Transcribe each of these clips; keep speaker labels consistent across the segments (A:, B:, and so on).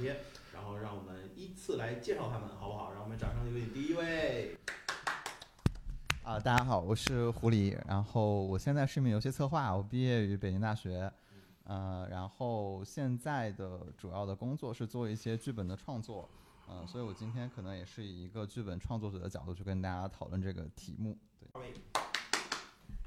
A: 些，然后让我们依次来介绍他们，好不好？让我们掌声有请第一位。
B: 啊，大家好，我是狐狸，然后我现在是一名游戏策划，我毕业于北京大学，
A: 嗯
B: 呃，然后现在的主要的工作是做一些剧本的创作，嗯、所以我今天可能也是以一个剧本创作者的角度去跟大家讨论这个题目。对，
A: 二位，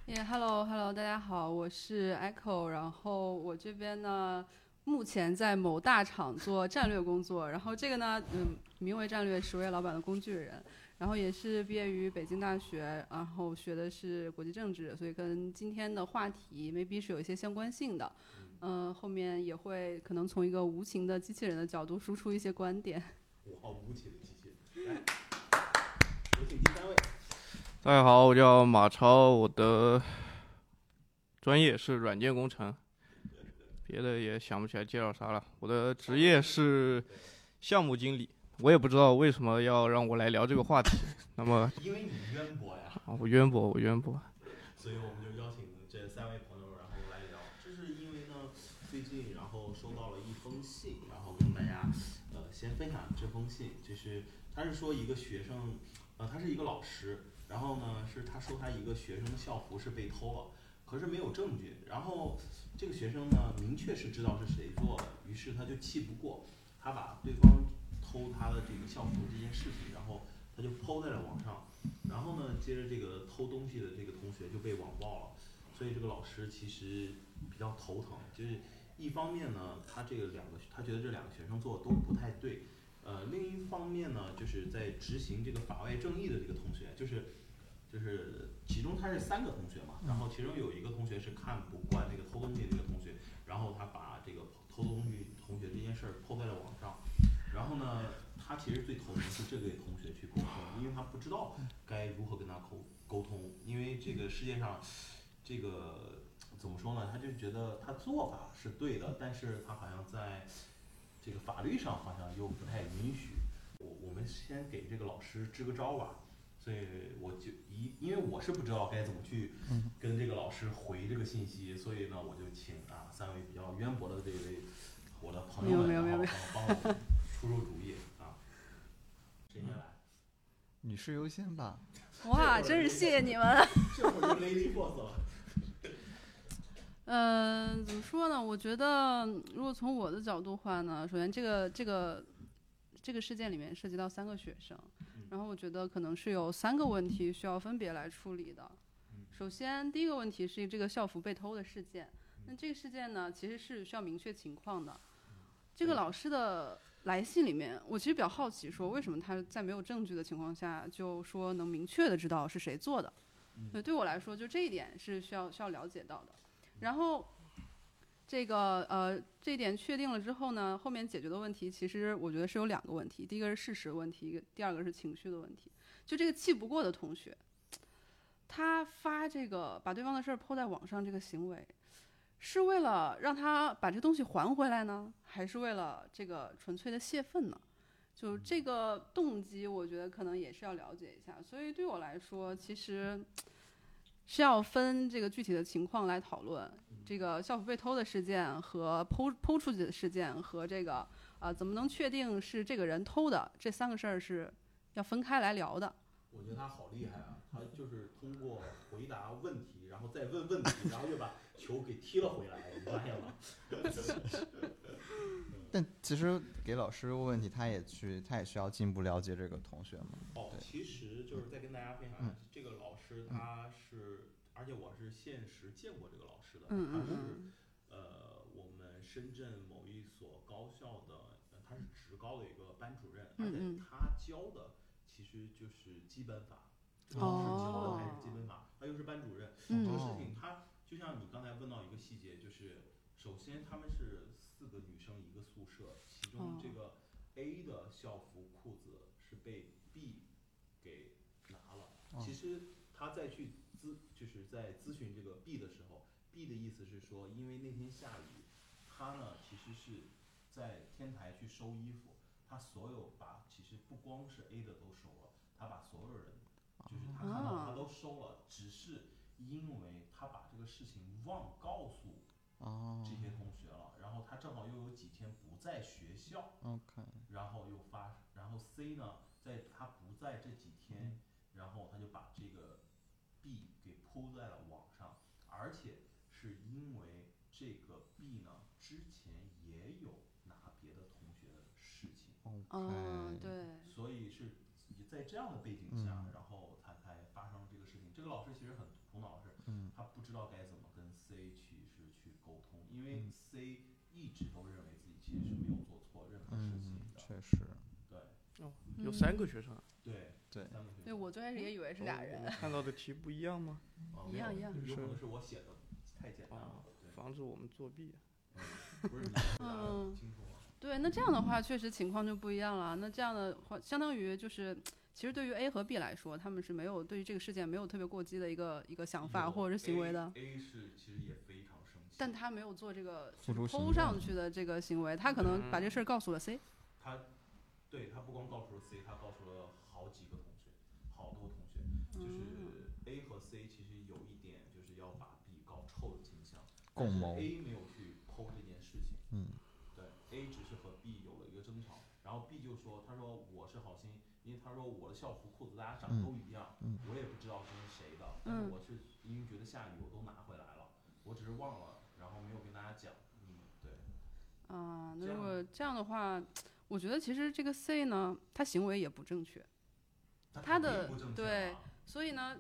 C: 耶、h e l l o Hello，大家好，我是 Echo，然后我这边呢，目前在某大厂做战略工作，然后这个呢，嗯，名为战略，实为老板的工具人，然后也是毕业于北京大学，然后学的是国际政治，所以跟今天的话题 maybe 是有一些相关性的，嗯、后面也会可能从一个无情的机器人的角度输出一些观点。
A: 我好无情的机器人，来，有请第三位。
D: 大家好，我叫马超，我的专业是软件工程，别的也想不起来介绍啥了。我的职业是项目经理，我也不知道为什么要让我来聊这个话题。那么
A: 因为你渊博呀，
D: 啊，我渊博，我渊博。
A: 所以我们就邀请这三位朋友，然后来聊。这是因为呢，最近然后收到了一封信，然后跟大家呃先分享这封信，就是他是说一个学生，呃，他是一个老师，然后呢是他说他一个学生的校服是被偷了，可是没有证据，然后这个学生呢明确是知道是谁做的，于是他就气不过，他把对方偷他的这个校服这件事情，然后他就抛在了网上。然后呢，接着这个偷东西的这个同学就被网暴了，所以这个老师其实比较头疼，就是一方面呢，他这个两个他觉得这两个学生做的都不太对，呃，另一方面呢，就是在执行这个法外正义的这个同学，就是就是其中他是三个同学嘛，然后其中有一个同学是看不惯那个偷东西这个同学，然后他把这个偷东西同学这件事儿抛在了网上，然后呢，他其实最头疼是这位同学去沟通，因为他不知道该如何跟他沟沟通，因为这个世界上这个怎么说呢，他就觉得他做法是对的，但是他好像在这个法律上好像又不太允许。我我们先给这个老师支个招吧。所以我就一，因为我是不知道该怎么去
B: 嗯
A: 跟这个老师回这个信息，所以呢，我就请啊三位比较渊博的这位我的朋友们，
C: 没有没有
A: 然后帮我帮我出出主意啊。谁先来？
B: 女士优先吧。
C: 哇，真是谢谢你们了。
A: 这会儿就 Lady Boss 了。
C: 嗯，怎么说呢？我觉得，嗯如果从我的角度话呢，首先这个这个这个事件里面涉及到三个学生
A: 嗯，
C: 然后我觉得可能是有三个问题需要分别来处理的
A: 嗯。
C: 首先，第一个问题是这个校服被偷的事件，
A: 嗯
C: 那这个事件呢，其实是需要明确情况的。这个老师的来信里面，我其实比较好奇，说为什么他在没有证据的情况下，就说能明确的知道是谁做的
A: 嗯？
C: 对，对我来说，就这一点是需要需要了解到的。然后，这个呃，这一点确定了之后呢，后面解决的问题其实我觉得是有两个问题，第一个是事实问题，一个第二个是情绪的问题。就这个气不过的同学，他发这个把对方的事儿抛在网上这个行为，是为了让他把这东西还回来呢，还是为了这个纯粹的泄愤呢？就这个动机，我觉得可能也是要了解一下。所以对我来说，其实是要分这个具体的情况来讨论。这个校服被偷的事件和剖剖出去的事件和这个啊、呃怎么能确定是这个人偷的这三个事儿是要分开来聊的。
A: 我觉得他好厉害啊！他就是通过回答问题，然后再问问题，然后又把球给踢了回来，你发现 吗？
B: 但其实给老师问问题，他也去，他也需要进一步了解这个同学嘛。
A: 哦，
B: 对
A: 其实就是在跟大家分享
B: 嗯，
A: 这个老师他是，而且我是现实见过这个老师的，
C: 嗯
A: 他
C: 嗯
A: 是
C: 嗯，
A: 呃我们深圳某一所高校的，呃他是职高的一个班主任，而
C: 嗯
A: 且
C: 嗯
A: 他教的其实就是基本法，这个老师教的
C: 哦
A: 还是基本法，他又是班主任，
C: 嗯
A: 这个事情，它就像你刚才问到一个细节，就是首先他们是四个女生一个宿舍，其中
C: 哦
A: 这个 A 的校服裤子是被 B 给拿了。
B: 哦
A: 其实他在去咨，就是在咨询这个 B 的时候，B 的意思是说，因为那天下雨，他呢其实是在天台去收衣服，他所有把其实不光是 A 的都收了，他把所有人就是他看到他
C: 哦
A: 都收了，只是因为他把这个事情忘告诉
B: 哦
A: 这些同学了，然后他正好又有几天不在学校，
B: ，OK，
A: 然后又发，然后 C 呢，在他不在这几天，然后他就把这个 B 给铺在了网上，而且是因为这个 B 呢之前也有拿别的同学的事情，
C: 嗯，
B: OK，
C: 对，
A: 所以是在这样的背景下，
B: 嗯
A: 然后他才发生了这个事情。这个老师其实很苦恼，是
B: 嗯
A: 他不知道该怎么跟 C 去是去沟通，因
B: 嗯
A: 为 C 一直都认为自己其实是没有做错任何事情
B: 嗯，
A: 的，
B: 确实，
A: 对
C: 嗯
D: 有三个学生啊，
A: 对
B: 对
A: 三个学
C: 对
A: 生
C: 我最开始也以为是俩
D: 我
C: 人
D: 们，看到的题不一样吗？
A: 哦
C: 一
A: 没有
C: 样一样
A: 有可能
D: 是
A: 是我写的太简单
B: 啊
A: 了，对，
D: 防止我们作弊。
A: 不是你回答得
C: 嗯
A: 清楚吗？
C: 对，那这样的话确实情况就不一样了。那这样的话，相当于就是，其实对于 A 和 B 来说，他们是没有对于这个事件没有特别过激的一个一个想法
A: 有
C: 或者是行为
A: A-
C: 的。
A: A 是其实也非常生气，
C: 但他没有做这个
B: 付出行
C: 偷
B: 动
C: 上去的这个行为，他可
A: 嗯
C: 能把这事儿告诉了 C。
A: 他对他不光告诉了 C，他告诉了好几个同学，好多同学，就
C: 嗯，
A: 是 A 和 C 其实有一点就是要把 B 搞臭的倾向，但
B: 共
A: 是
B: 谋，
A: A 没有去抠这件事情，
B: 嗯
A: 对，A 只是和 B 有了一个争吵，然后 B 就说，他说我是好心，因为他说我的校服、裤子大家长得都一样，
B: 嗯
A: 我也不知道这是谁的，但是
C: 嗯
A: 我是因为觉得下雨我都拿回来了，我只是忘了，然后没有跟大家讲，嗯，对，
C: 啊，那
A: 这样
C: 如果这样的话，我觉得其实这个 C 呢，他行为也不正确。他
A: 肯定
C: 的
A: 不正确
C: 对
A: 嘛
C: 所以呢，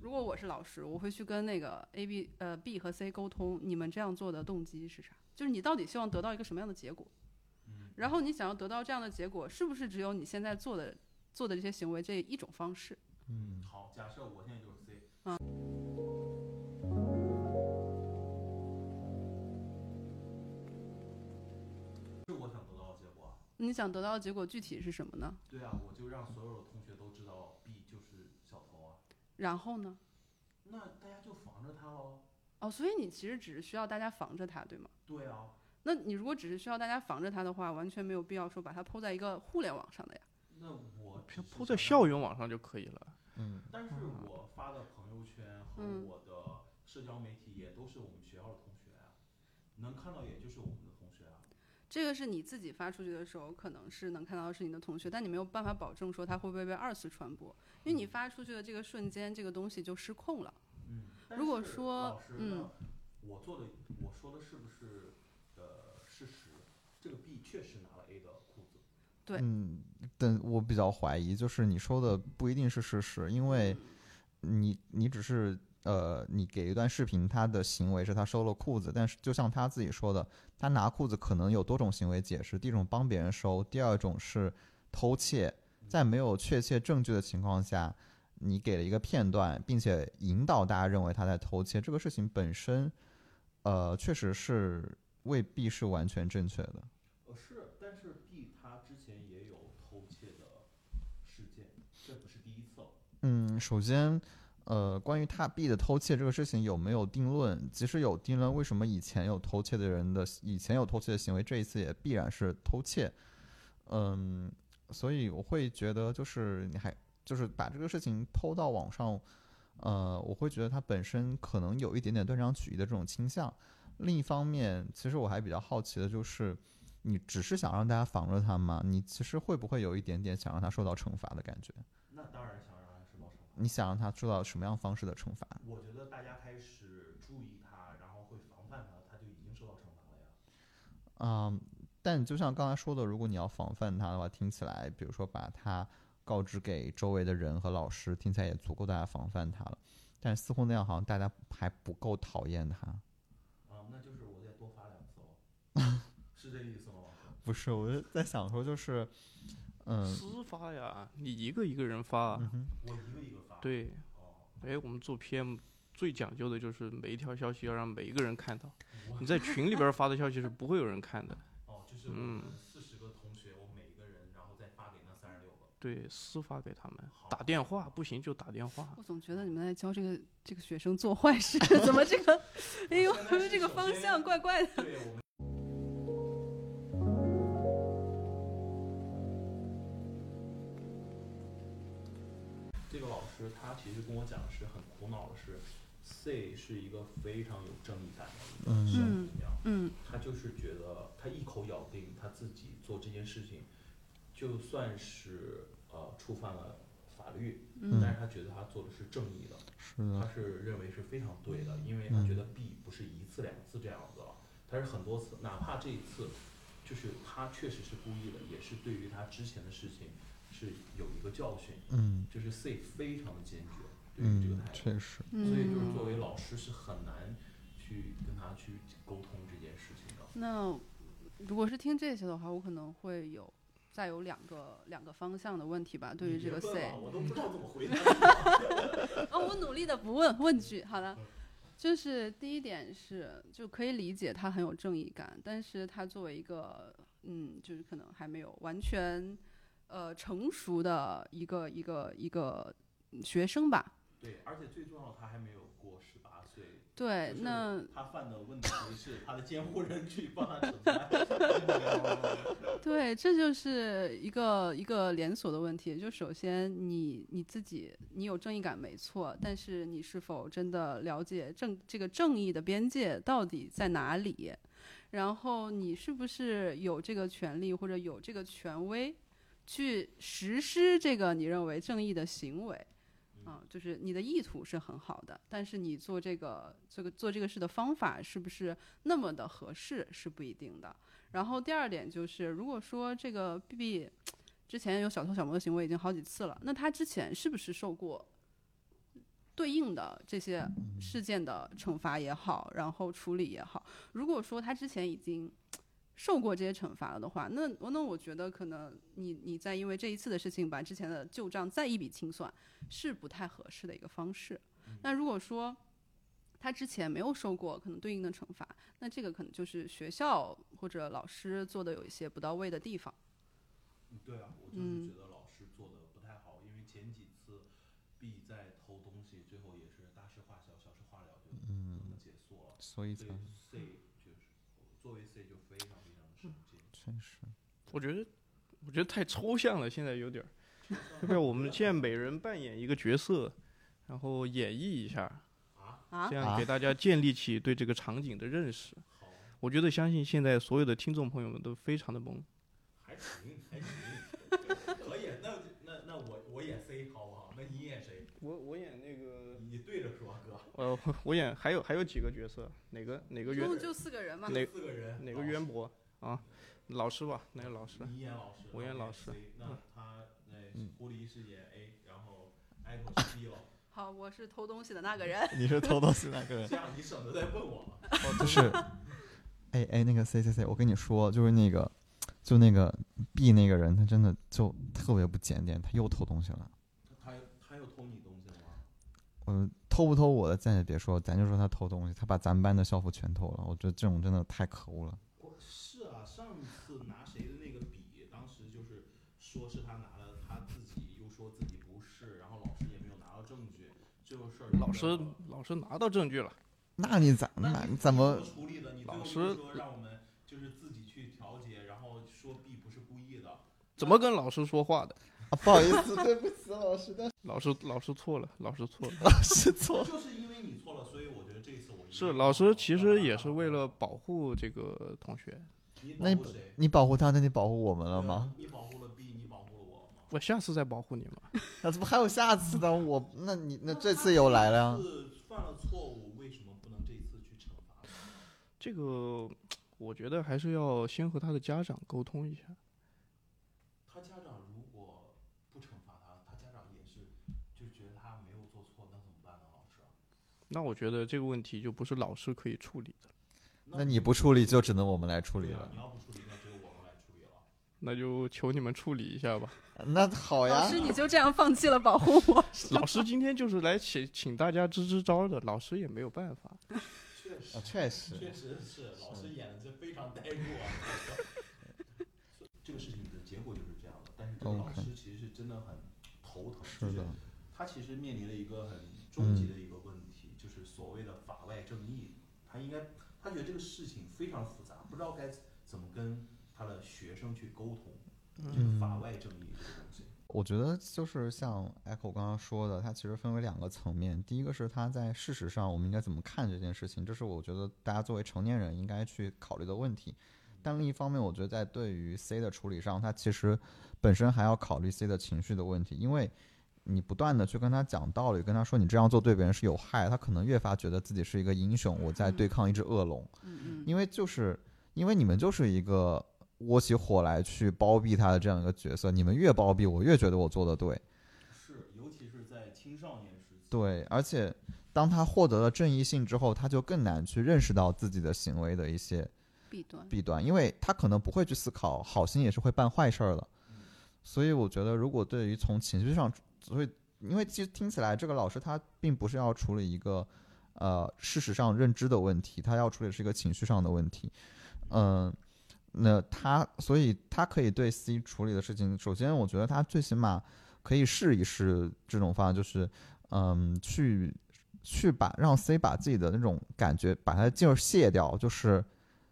C: 如果我是老师，我会去跟那个 A、B 呃 B 和 C 沟通，你们这样做的动机是啥？就是你到底希望得到一个什么样的结果？
A: 嗯，
C: 然后你想要得到这样的结果，是不是只有你现在做的做的这些行为这一种方式？
B: 嗯，
A: 好，假设我现在就是 C，是我想得到的结果啊。
C: 你想得到的结果具体是什么呢？
A: 对啊，我就让所有的同学都知道 B 就是小偷啊，
C: 然后呢？
A: 那大家就防着他喽。
C: 哦，所以你其实只是需要大家防着他，对吗？
A: 对啊，
C: 那你如果只是需要大家防着他的话，完全没有必要说把它抛在一个互联网上的呀。
A: 那我只是
D: 铺在
A: 想
D: 校
A: 让，
D: 园网上就可以了。
B: 嗯
A: 但是我发的朋友圈和
C: 嗯
A: 我的社交媒体也都是我们学校的同学啊，能看到也就是我们的同学啊。
C: 这个是你自己发出去的时候，可能是能看到的是你的同学，但你没有办法保证说它会不会被二次传播，因为你发出去的这个瞬间，这个东西就失控了。
A: 嗯，但
C: 如果
A: 是
C: 说嗯
A: 老师呢，我做的我说的是不是呃事实？这个 B 确实拿了 A 的裤子，
C: 对
B: 嗯，但我比较怀疑，就是你说的不一定是事实，因为你你只是呃，你给一段视频，他的行为是他收了裤子，但是就像他自己说的，他拿裤子可能有多种行为解释，第一种帮别人收，第二种是偷窃，在没有确切证据的情况下，你给了一个片段，并且引导大家认为他在偷窃，这个事情本身，呃，确实是未必是完全正确的。
A: 呃是，但是 B 他之前也有偷窃的事件，这不是第一次了。
B: 嗯，首先，呃，关于踏 B 的偷窃这个事情有没有定论？即使有定论，为什么以前有偷窃的人的以前有偷窃的行为，这一次也必然是偷窃？嗯，所以我会觉得，就是你还就是把这个事情抛到网上，呃，我会觉得它本身可能有一点点断章取义的这种倾向。另一方面，其实我还比较好奇的就是，你只是想让大家防着他吗？你其实会不会有一点点想让他受到惩罚的感觉？
A: 那当然想让他受到惩罚。
B: 你想让他受到什么样方式的惩罚？
A: 我觉得大家开始注意他，然后会防范他，他就已经受到惩罚了呀。
B: 嗯，但就像刚才说的，如果你要防范他的话，听起来，比如说把他告知给周围的人和老师，听起来也足够大家防范他了。但似乎那样，好像大家还不够讨厌他。
A: 啊，那就是我再多发两次喽，是这意思吗？老师
B: 不是，我是在想说，就是，嗯
D: 私发呀，你一个一个人发。
B: 嗯哼，
A: 我一个一个发。。
D: 对，
A: 哦，
D: 哎，我们做 PM 最讲究的就是每一条消息要让每一个人看到。
A: 我
D: 你在群里边发的消息是不会有人看的。
A: 哦，就是我们四十个同学，我每一个人，然后再发给那三十六个。
D: 对，私发给他们，
A: 好
D: 打电话不行就打电话。
C: 我总觉得你们在教这个这个学生做坏事， 怎么这个，哎呦
A: 现在，是
C: 这个
A: 首
C: 方
A: 先
C: 向怪怪的。
A: 对我们。这个老师他其实跟我讲是很苦恼的是 C 是一个非常有正义感的一个生
B: 嗯
A: 物鸟，
C: 嗯
A: 他就是觉得他一口咬定他自己做这件事情，就算是呃触犯了法律，但
C: 嗯
A: 是他觉得他做的是正义的，
B: 是的，
A: 他是认为是非常对的，因为他
B: 嗯
A: 觉得 B 不是一次两次这样子了，他是很多次，哪怕这一次，就是他确实是故意的，也是对于他之前的事情是有一个教训，
B: 嗯
A: 就是 C 非常的坚决对于这个
B: 嗯，
A: 态度，
B: 确实，
A: 所以就是
C: 嗯。
A: 作为老师是很难去跟他去沟通这件事情的。
C: 那如果是听这些的话，我可能会有再有两个两个方向的问题吧。对于这个 C，
A: 我都不知道怎么 回答。
C: 哦，我努力的不问问句。好了，就是第一点是，就可以理解他很有正义感，但是他作为一个，嗯，就是可能还没有完全，呃，成熟的一个一个一个学生吧。
A: 对，而且最重要，他还没有过十八岁。
C: 对
A: 就，是
C: 那
A: 他犯的问题是他的监护人去帮他承担。
C: 对，这就是一个一个连锁的问题。就首先你你自己你有正义感没错，但是你是否真的了解正这个正义的边界到底在哪里？然后你是不是有这个权利或者有这个权威去实施这个你认为正义的行为？啊，就是你的意图是很好的，但是你做这个这个做这个事的方法是不是那么的合适是不一定的。然后第二点就是，如果说这个 B B 之前有小偷小摸的行为已经好几次了，那他之前是不是受过对应的这些事件的惩罚也好，然后处理也好？如果说他之前已经受过这些惩罚了的话，那我那我觉得可能你你再因为这一次的事情把之前的旧账再一笔清算，是不太合适的一个方式。那如果说他之前没有受过可能对应的惩罚，那这个可能就是学校或者老师做的有一些不到位的地方。
A: 对啊，我就
D: 嗯
A: 是觉得老师做的不太好，因为前几次 B 在偷东西，最后也是大事化小，小事化了，就
B: 嗯
A: 这么结束了。
B: 所以才
A: 所以
D: 嗯
A: C 就是作为 C 就非常非常的生气。
B: 确实，
D: 我觉得，我觉得太抽象了，现在有点儿。 要不要我们现在每人扮演一个角色，然后演绎一下，
C: 啊
D: 这样给大家建立起对这个场景的认识。
A: 好，
D: 我觉得相信现在所有的听众朋友们都非常的懵。
A: 还行还行，可以。那那那我我演 C 好不好？那你演谁？
D: 我我演那个，
A: 你对着说，哥。
D: 呃，我演还有还有几个角色，哪个哪个渊
C: 就就四个人嘛，
D: 哪
A: 四个人，
D: 哪个渊博啊？老师吧，哪个老师？
A: 你演老师，
D: 我演老师
A: C，那
D: 嗯
A: 他那
B: 嗯
A: 狐狸是演 A，然后 Echo 是 B 了，
C: 好，我是偷东西的那个人。
B: 你是偷东西那 个人，
A: 这样你省得再问我了。
B: 就是，哎哎，那个 C C C，我跟你说，就是那个，就那个 B 那个人，他真的就特别不检点，他又偷东西了。
A: 他他又偷你东西了吗？
B: 嗯，偷不偷我的暂且别说，咱就说他偷东西，他把咱们班的校服全偷了。我觉得这种真的太可恶了。
A: 我是啊，上次拿谁的那个笔，当时就是说是他拿了，他自己又说自己不是，然后老师也没有拿到证据，这个事儿
D: 老师老师拿到证据了，
B: 那你咋
A: 那
B: 那
A: 你
B: 怎么
A: 你怎处理的？你最后
D: 老
A: 就
D: 师
A: 说让我们就是自己去调解，然后说 B 不是故意的，
D: 怎么跟老师说话的？
B: 啊？不好意思，对不起，老师，但是
D: 老师老师错了，老师 错了。
B: 老师错了。
A: 就是因为你错了，所以我觉得这次我一定
D: 是
A: 要
D: 老师其实也是
A: 让他
D: 为了保护这个同学。
A: 你保
B: 那
A: 护谁？
B: 你保护他，那你保护我们了吗？
A: 你保护了 B，你保护了我吗？
D: 我下次再保护你嘛。
B: 那怎么还有下次呢？我那你那这次又来了呀
A: 这？次犯了错误，为什么不能这次去惩罚呢？
D: 这个我觉得还是要先和他的家长沟通一下。
A: 他家长如果不惩罚他，他家长也是就觉得他没有做错，那怎么办呢？老师，
D: 那我觉得这个问题就不是老师可以处理的，
B: 那你不处理，就只能我们来处理
A: 对啊
B: 了。
A: 你要不处理，那只有我们来处理了。
D: 那就求你们处理一下吧。
B: 那好呀
C: 老，师，你就这样放弃了保护 我？
D: 老师今天就是来请请大家支支招的，老师也没有办法。
A: 确实
B: 啊，确实，
A: 确实是老师演的这非常呆弱、 啊。这个事情的结果就是这样的，但是这个老
B: OK
A: 师其实是真的很头疼，
B: 是
A: 就
B: 的嗯
A: 是，他其实面临了一个很终极的一个问题，就是所谓的法外正义。他应该，他觉得这个事情非常复杂，不知道该怎么跟他的学生去沟通，就是
B: 嗯
A: 法外正义这个东西。
B: 我觉得就是像 Echo 刚刚说的，它其实分为两个层面。第一个是它在事实上我们应该怎么看这件事情，这是我觉得大家作为成年人应该去考虑的问题。但另一方面，我觉得在对于 C 的处理上，它其实本身还要考虑 C 的情绪的问题，因为你不断的去跟他讲道理，跟他说你这样做对别人是有害，他可能越发觉得自己是一个英雄，我在对抗一只恶龙。
C: 嗯嗯
B: 因为就是因为你们就是一个窝起火来去包庇他的这样一个角色，你们越包庇我，越觉得我做的对。
A: 是，尤其是在青少年时期，
B: 对，而且当他获得了正义性之后，他就更难去认识到自己的行为的一些
C: 弊端。
B: 弊端，因为他可能不会去思考好心也是会办坏事儿的
A: 嗯。
B: 所以我觉得，如果对于从情绪上，所以因为其实听起来这个老师他并不是要处理一个呃事实上认知的问题，他要处理的是一个情绪上的问题。嗯、那他所以他可以对 C 处理的事情，首先我觉得他最起码可以试一试这种方案，就是嗯去。去把让 C 把自己的那种感觉，把他的劲儿卸掉，就是，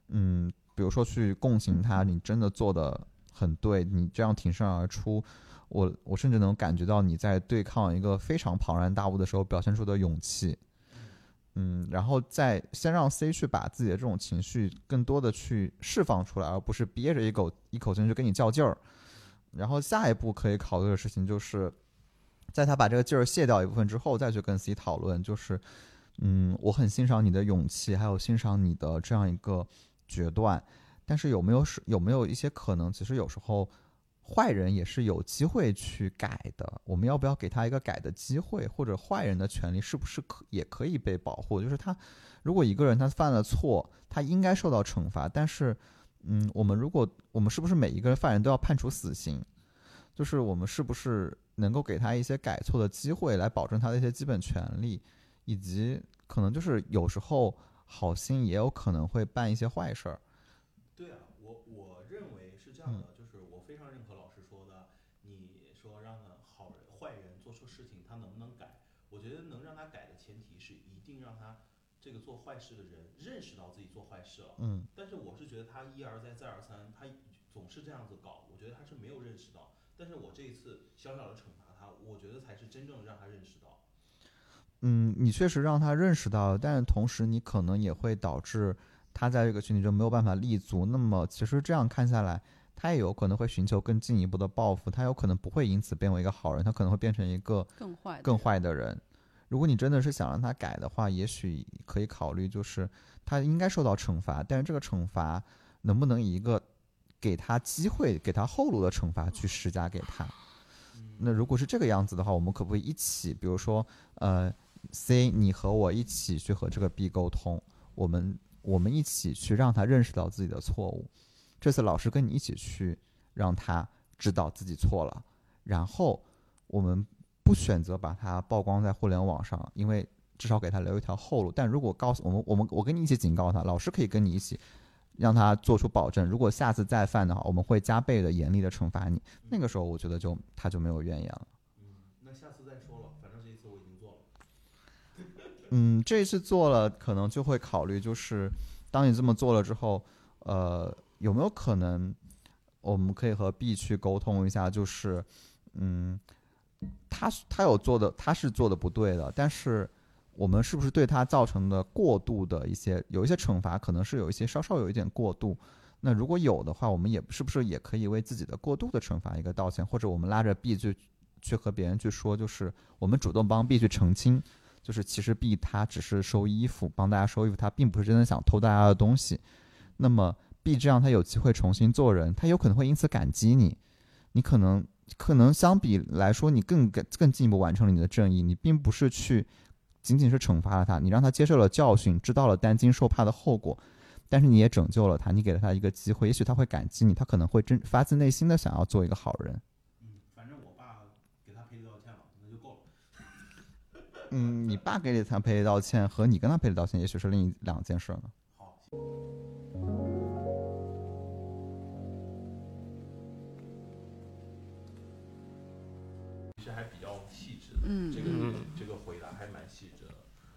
B: 嗯，比如说去共情他，你真的做的很对，你这样挺身而出，我我甚至能感觉到你在对抗一个非常庞然大物的时候表现出的勇气。嗯，然后再先让 C 去把自己的这种情绪更多的去释放出来，而不是憋着一口一口气就跟你较劲儿。然后下一步可以考虑的事情就是，在他把这个劲儿卸掉一部分之后，再去跟 C 讨论，就是，嗯，我很欣赏你的勇气，还有欣赏你的这样一个决断，但是有没有是有没有一些可能，其实有时候坏人也是有机会去改的，我们要不要给他一个改的机会，或者坏人的权利是不是可也可以被保护？就是他如果一个人他犯了错，他应该受到惩罚，但是。嗯，我们如果我们是不是每一个犯人都要判处死刑？就是我们是不是能够给他一些改错的机会，来保证他的一些基本权利，以及可能就是有时候好心也有可能会办一些坏事儿。
A: 对啊，我我认为是这样的，就是我非常认可老师说的，你说让个好人坏人做错事情，他能不能改？我觉得能让他改的前提是一定让他这个做坏事的人认识到自己做坏事了。
B: 嗯
A: 但是我是觉得他一而再再而三，他总是这样子搞，我觉得他是没有认识到。但是我这一次小小的惩罚他，我觉得才是真正让他认识到。
B: 嗯，你确实让他认识到，但是同时你可能也会导致他在这个群体中没有办法立足。那么其实这样看下来，他也有可能会寻求更进一步的报复，他有可能不会因此变为一个好人，他可能会变成一个
C: 更坏的
B: 更坏的人。如果你真的是想让他改的话，也许可以考虑，就是他应该受到惩罚，但是这个惩罚能不能以一个给他机会、给他后路的惩罚去施加给他？那如果是这个样子的话，我们可不可以一起，比如说，呃，C，你和我一起去和这个 B 沟通，我们我们一起去让他认识到自己的错误。这次老师跟你一起去，让他知道自己错了，然后我们不选择把它曝光在互联网上，因为至少给他留一条后路。但如果告诉我们，我们我跟你一起警告他，老师可以跟你一起，让他做出保证，如果下次再犯的话，我们会加倍的严厉的惩罚你。那个时候，我觉得就他就没有怨言了。
A: 嗯，那下次再说了，反正这一次我已经做了。
B: 嗯，这一次做了，可能就会考虑，就是当你这么做了之后，呃，有没有可能我们可以和 B 去沟通一下，就是，嗯，他是他有做的，他是做的不对的，但是我们是不是对他造成的过度的一些有一些惩罚，可能是有一些稍稍有一点过度。那如果有的话，我们也是不是也可以为自己的过度的惩罚一个道歉，或者我们拉着 B 去去和别人去说，就是我们主动帮 B 去澄清，就是其实 B 他只是收衣服，帮大家收衣服，他并不是真的想偷大家的东西。那么 B 这样他有机会重新做人，他有可能会因此感激你，你可能可能相比来说，你更更进一步完成了你的正义，你并不是去仅仅是惩罚了他，你让他接受了教训，知道了担惊受怕的后果。但是你也拯救了他，你给了他一个机会，也许他会感激你，他可能会真发自内心的想要做一个好人。
A: 嗯，反正我爸给他赔礼道歉了，那就够了。
B: 嗯，你爸给他赔礼道歉和你跟他赔礼道歉，也许是另一两件事呢。
A: 好，其实还比较细致的，
C: 嗯
A: 这个
C: 嗯
A: 这个回答还蛮细致的。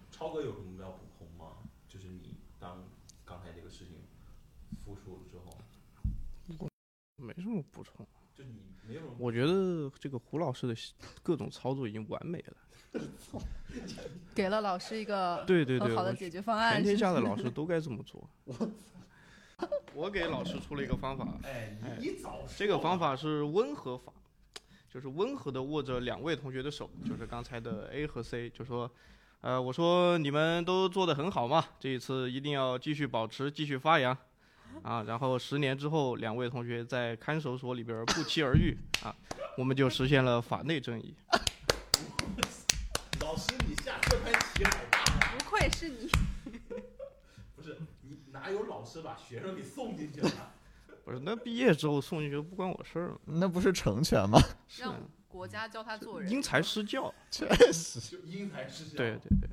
A: 超哥有什么要补充吗？就是
D: 嗯
A: 你当刚才这个事情复述了之后，
D: 没什么补充。
A: 就你没有
D: 我觉得这个胡老师的各种操作已经完美了，
C: 给了老师一个
D: 对对对
C: 嗯很好的
D: 我
C: 解决方案。
D: 全天
C: 是
D: 下的老师都该这么 做。我给老师出了一个方法，
A: 哎，
D: 哎
A: 你早说
D: 这个方法是温和法，就是温和的握着两位同学的手，就是刚才的 A 和 C，就说，呃，我说你们都做得很好嘛，这一次一定要继续保持，继续发扬，啊，然后十年之后，两位同学在看守所里边不期而遇啊，我们就实现了法内正义。
A: 老师，你下这盘棋好大呀！
C: 不愧是你，
A: 不是你哪有老师把学生给送进去 了？
D: 不是，那毕业之后送进去不关我事儿了，
B: 那不是成全吗？
D: 是啊
C: 让国家教他做人。
D: 因材施教，
B: 确实，
A: 就因材施教。
D: 对对对，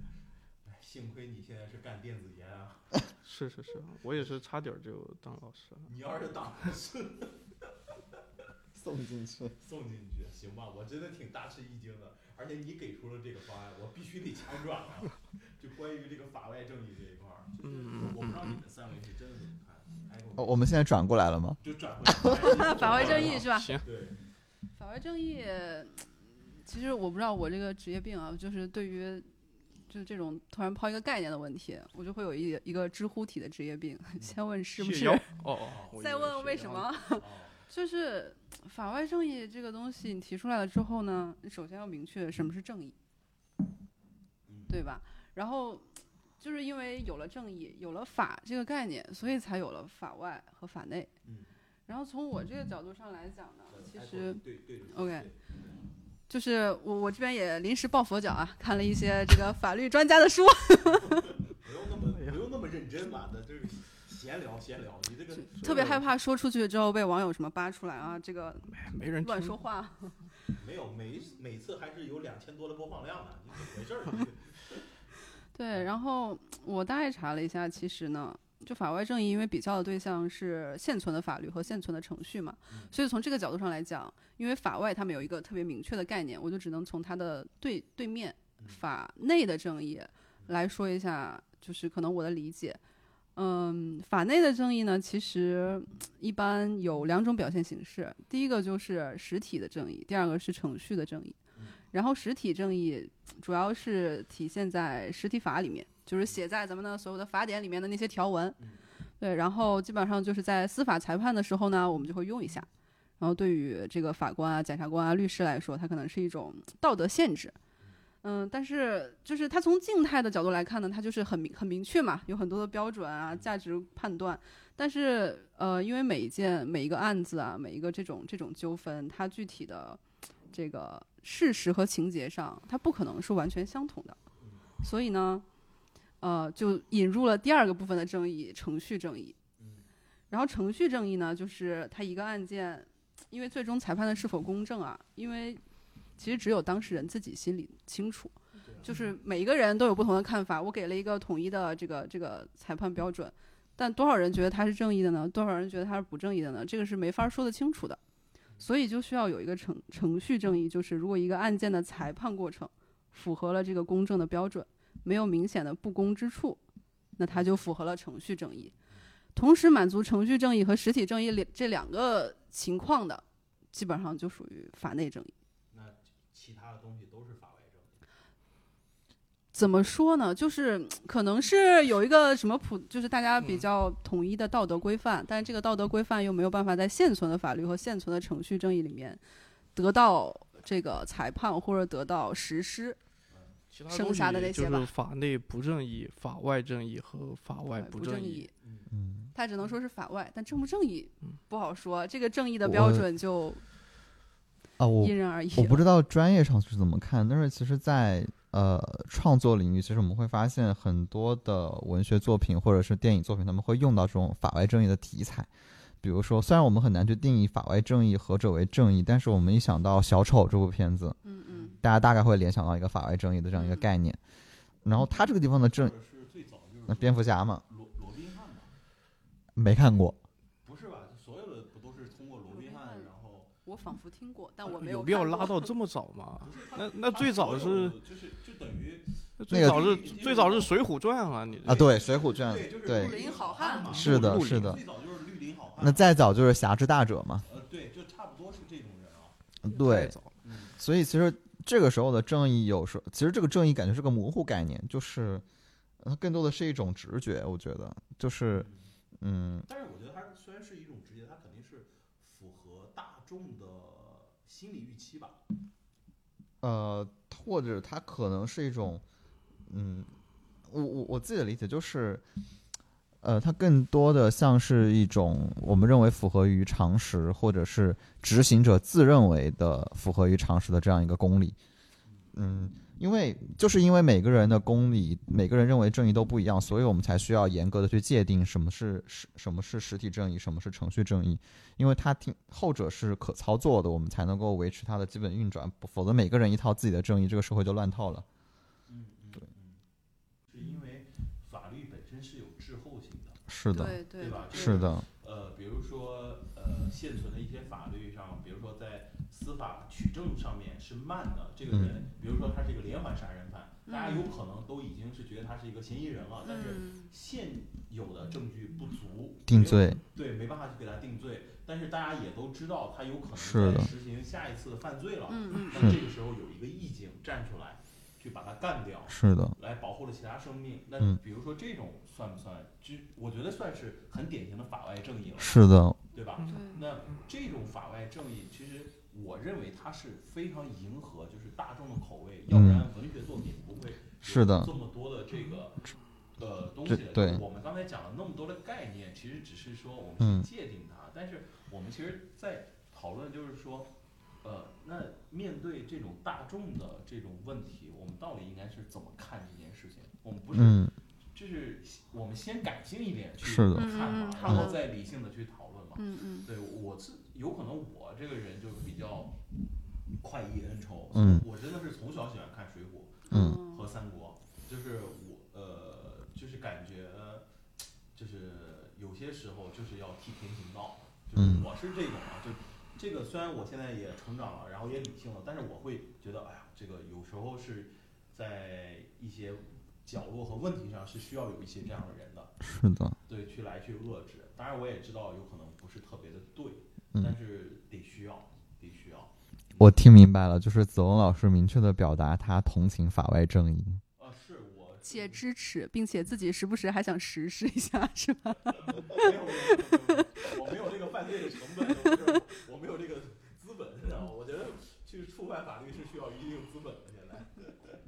A: 哎，幸亏你现在是干电子烟啊！
D: 是是是，我也是差点就当老师了。
A: 你要是当老师
B: 送进去。
A: 送进去，行吧？我真的挺大吃一惊的。而且你给出了这个方案，我必须得强转啊！就关于这个法外正义这一块儿，就是
D: 嗯
A: 我不知道你们三位是真的怎么看，哎，
B: 哦，我们现在转过来了吗？
A: 就转回来
C: 法外正义是吧？
D: 行，
A: 对，
C: 法外正义，其实我不知道我这个职业病啊，就是对于就是这种突然抛一个概念的问题，我就会有一一个知乎体的职业病， 先问是不
D: 嗯谢
C: 是
D: 邀，哦哦，我以
C: 再
D: 为
C: 问
D: 是
C: 为什
D: 邀
C: 么。
A: 哦，
C: 就是法外正义这个东西，你提出来了之后呢，你首先要明确什么是正义，
A: 嗯
C: 对吧？然后就是因为有了正义，有了法这个概念，所以才有了法外和法内。
A: 嗯
C: 然后从我这个角度上来讲
D: 呃
C: 呢，其
A: 哎
C: 实
A: 对对对
C: OK
A: 对
C: 就是我我这边也临时抱佛脚啊，看了一些这个法律专家的书，
A: 不用那么不用那么认真嘛，那就是闲聊闲聊。你这个
C: 特别害怕说出去之后被网友什么扒出来啊，这个
D: 没人
C: 乱
D: 听
C: 说话。
A: 没有每每次还是有两千多的播放量的，你怎么回事儿？
C: 对，然后我大概查了一下，其实呢，就法外正义，因为比较的对象是现存的法律和现存的程序嘛，
A: 嗯
C: 所以从这个角度上来讲，因为法外他们有一个特别明确的概念，我就只能从它的对对面
A: 嗯
C: 法内的正义来说一下，就是可能我的理解。嗯，法内的正义呢，其实一般有两种表现形式，第一个就是实体的正义，第二个是程序的正义
A: 嗯。
C: 然后实体正义主要是体现在实体法里面，就是写在咱们的所有的法典里面的那些条文
A: 嗯。
C: 对，然后基本上就是在司法裁判的时候呢，我们就会用一下。然后对于这个法官啊、检察官啊、律师来说，它可能是一种道德限制。嗯，但是就是它从静态的角度来看呢，它就是很明很明确嘛，有很多的标准啊、价值判断。但是呃，因为每一件每一个案子啊，每一个这种这种纠纷，它具体的这个事实和情节上，它不可能是完全相同的。所以呢，呃，就引入了第二个部分的正义——程序正义。然后程序正义呢，就是它一个案件，因为最终裁判的是否公正啊，因为其实只有当事人自己心里清楚。就是每一个人都有不同的看法，我给了一个统一的这个这个裁判标准，但多少人觉得它是正义的呢？多少人觉得它是不正义的呢？这个是没法说得清楚的，所以就需要有一个程程序正义，就是如果一个案件的裁判过程符合了这个公正的标准，没有明显的不公之处，那它就符合了程序正义。同时满足程序正义和实体正义两这两个情况的，基本上就属于法内正义。
A: 那其他的东西都是法外正义。
C: 怎么说呢？就是嗯可能是有一个什么普，就是大家比较统一的道德规范，但是这个道德规范又没有办法在现存的法律和现存的程序正义里面得到这个裁判或者得到实施。
D: 其他
C: 剩
D: 东
C: 下的
D: 西
C: 那
D: 就
C: 些
D: 是
C: 吧
D: 法内不正义、法外正义和法外
C: 呃不
D: 哎正
C: 义。，
A: 嗯，
B: 嗯，
C: 它只能说是法外，但正不正义
D: 嗯
C: 不好说。这个正义的
B: 我
C: 标准就
B: 啊，我
C: 因人而异
B: 我不
C: 了。
B: 知道专业上是怎么看，但是其实在，呃创作领域，其实我们会发现很多的文学作品或者是电影作品，他们会用到这种法外正义的题材。比如说，虽然我们很难去定义法外正义何者为正义，但是我们一想到《小丑》这部片子，
C: 嗯嗯，
B: 大家大概会联想到一个法外正义的这样一个
C: 嗯
B: 概念。然后他这个地方的
A: 或
B: 正，
A: 者是最早就是
B: 那蝙蝠侠嘛，
A: 罗罗宾汉吧？
B: 没看过，
A: 不是吧？所有的不都是通过罗宾汉，然后
C: 我仿佛听过，但我没
D: 有必
C: 看
D: 要
C: 过。
D: 拉到 这么早吗？
A: 不是他
D: 那那最早是
A: 就是就等于
D: 那
B: 哦那
D: 最
B: 个
D: 早是
A: 就是
D: 最早是《水浒传》啊，你这
B: 啊对水浒传
A: 对，就是
B: 对
A: 绿林好汉嘛，
B: 是的
D: 陆
B: 是的
A: 最早就是绿林好汉。
B: 那再早就是《侠之大者》嘛，
A: 呃，啊
B: 对
D: 太早了
A: 嗯
B: 所以其实这个时候的正义有时候，其实这个正义感觉是个模糊概念，就是呃它更多的是一种直觉，我觉得就是嗯，
A: 但是我觉得它虽然是一种直接，它肯定是符合大众的心理预期吧。
B: 呃，或者它可能是一种，嗯，我我我自己的理解就是，呃，它更多的像是一种我们认为符合于常识，或者是执行者自认为的符合于常识的这样一个公理。嗯，因为就是因为每个人的公理，每个人认为正义都不一样，所以我们才需要严格的去界定什么是实什么是实体正义，什么是程序正义。因为它听后者是可操作的，我们才能够维持它的基本运转，不否则每个人一套自己的正义，这个社会就乱套了。
A: 嗯嗯嗯，是因为法律本身是有滞后性的，
B: 是的，
C: 对对
A: 对吧？就是
B: 的，
A: 呃，比如说呃，现存的一些法律上，比如说在司法取证上面是慢的，这个人，
B: 嗯
A: 比如说他是一个连环杀人犯，大家有可能都已经是觉得他是一个嫌疑人了，但是
C: 嗯，
A: 现有的证据不足，
B: 定
A: 没有
B: 罪，
A: 对，没办法去给他定罪，但是大家也都知道他有可
B: 是
A: 能
B: 的
A: 在实行下一次的犯罪了，
C: 嗯嗯
A: 那这个时候有一个义警站出来，去把他干掉，
B: 是的，
A: 来保护了其他生命。那
B: 嗯
A: 比如说这种算不算？这我觉得算是很典型的法外正义了，
B: 是的，
A: 对吧？
C: 嗯对，
A: 那这种法外正义，其实我认为它是非常迎合就是大众的口味，要不然文学作品不会有
B: 嗯是的
A: 这么多的这个呃东西
B: 这
A: 的。
B: 对
A: 我们刚才讲了那么多的概念，其实只是说我们
B: 嗯
A: 去界定它，但是我们其实在讨论就是说，呃，那面对这种大众的这种问题，我们到底应该是怎么看这件事情？我们不是、
B: 嗯，
A: 就是我们先感性一点去
B: 是的
A: 看嘛
C: 嗯嗯，嗯
A: 然
C: 好
A: 后
C: 的
A: 再理性的去讨论嘛。
C: 嗯嗯
A: 对，我自有可能我这个人就是比较快意恩仇，
B: 嗯
A: 我真的是从小喜欢看《水浒
B: 嗯》
C: 哦
A: 和《三国》，就是我呃，就是感觉就是有些时候就是要替天行道，就是
B: 嗯
A: 我是这种啊，就这个虽然我现在也成长了，然后也理性了，但是我会觉得，哎呀，这个有时候是在一些角落和问题上是需要有一些这样的人的，
B: 是的，
A: 对，去来去遏制。当然，我也知道有可能不是特别的对，
B: 嗯
A: 但是得需要，得需要。
B: 我听明白了，就是子龙老师明确的表达他同情法外正义。
A: 啊，是我
C: 且支持，并且自己时不时还想实施一下， 是吧？
A: 没有没有没有，没有我没有这个犯罪的成本，就是我没有这个资本，知道吗？我觉得去触犯法律是需要一定资本的。现在，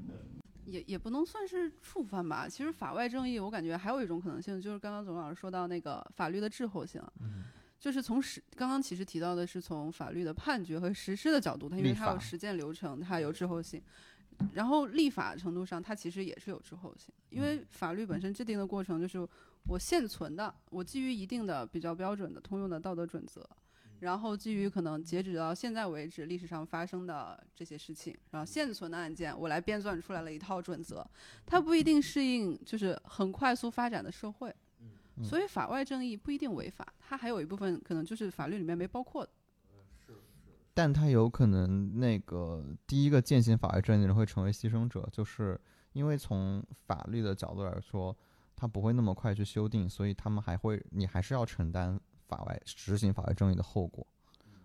C: 也也不能算是触犯吧。其实法外正义，我感觉还有一种可能性，就是刚刚总老师说到那个法律的滞后性，
B: 嗯
C: 就是从实刚刚其实提到的是从法律的判决和实施的角度，它因为
B: 立
C: 它有
B: 法
C: 实践流程，它有滞后性。然后立法程度上，它其实也是有滞后性，因为
B: 嗯
C: 法律本身制定的过程就是我现存的，我基于一定的比较标准的通用的道德准则，然后基于可能截止到现在为止历史上发生的这些事情，然后现存的案件，我来编撰出来了一套准则，它不一定适应就是很快速发展的社会
A: 嗯，
B: 嗯
C: 所以法外正义不一定违法，它还有一部分可能就是法律里面没包括的。
A: 是
B: 但他有可能那个第一个践行法律正义的人会成为牺牲者，就是因为从法律的角度来说，他不会那么快去修订，所以他们还会，你还是要承担法外执行法律正义的后果。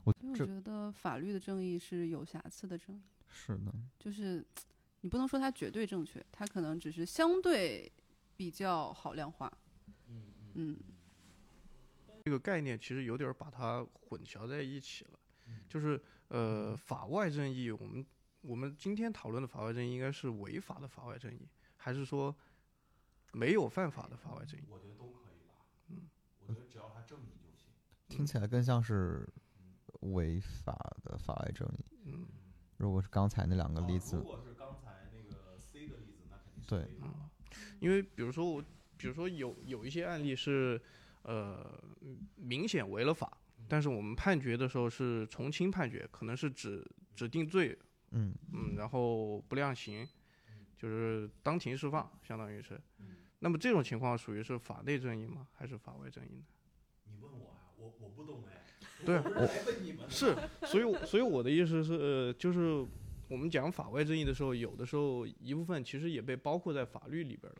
B: 我
C: 因为我
B: 这
C: 觉得法律的正义是有瑕疵的正义，
B: 是的，
C: 就是你不能说它绝对正确，它可能只是相对比较好量化。
A: 嗯
C: 嗯，
D: 这个概念其实有点儿把它混淆在一起了
A: 嗯，
D: 就是
B: 嗯
D: 呃，法外正义，我们我们今天讨论的法外正义应该是违法的法外正义，还是说没有犯法的法外正义？
A: 我觉得都可以吧。嗯，我觉得只要他正义就行。
B: 听起来更像是违法的法外正义。
D: 嗯，
B: 如果是刚才那两个
A: 啊
B: 例子
A: 如，果是刚才那个 C 的例子，那肯定是
B: 对
A: 非法了。
D: 因为比如说我，比如说有有一些案例是呃明显违了法，但是我们判决的时候是从轻判决，可能是只只定罪
B: 嗯，
D: 嗯，然后不量刑，就是当庭释放，相当于是。那么这种情况属于是法内正义吗？还是法外正义呢？
A: 你问我啊，我我不懂哎。
D: 对啊
A: 我不是来问你们的。
D: 是，所以我所以我的意思是，呃，就是我们讲法外正义的时候，有的时候一部分其实也被包括在法律里边了，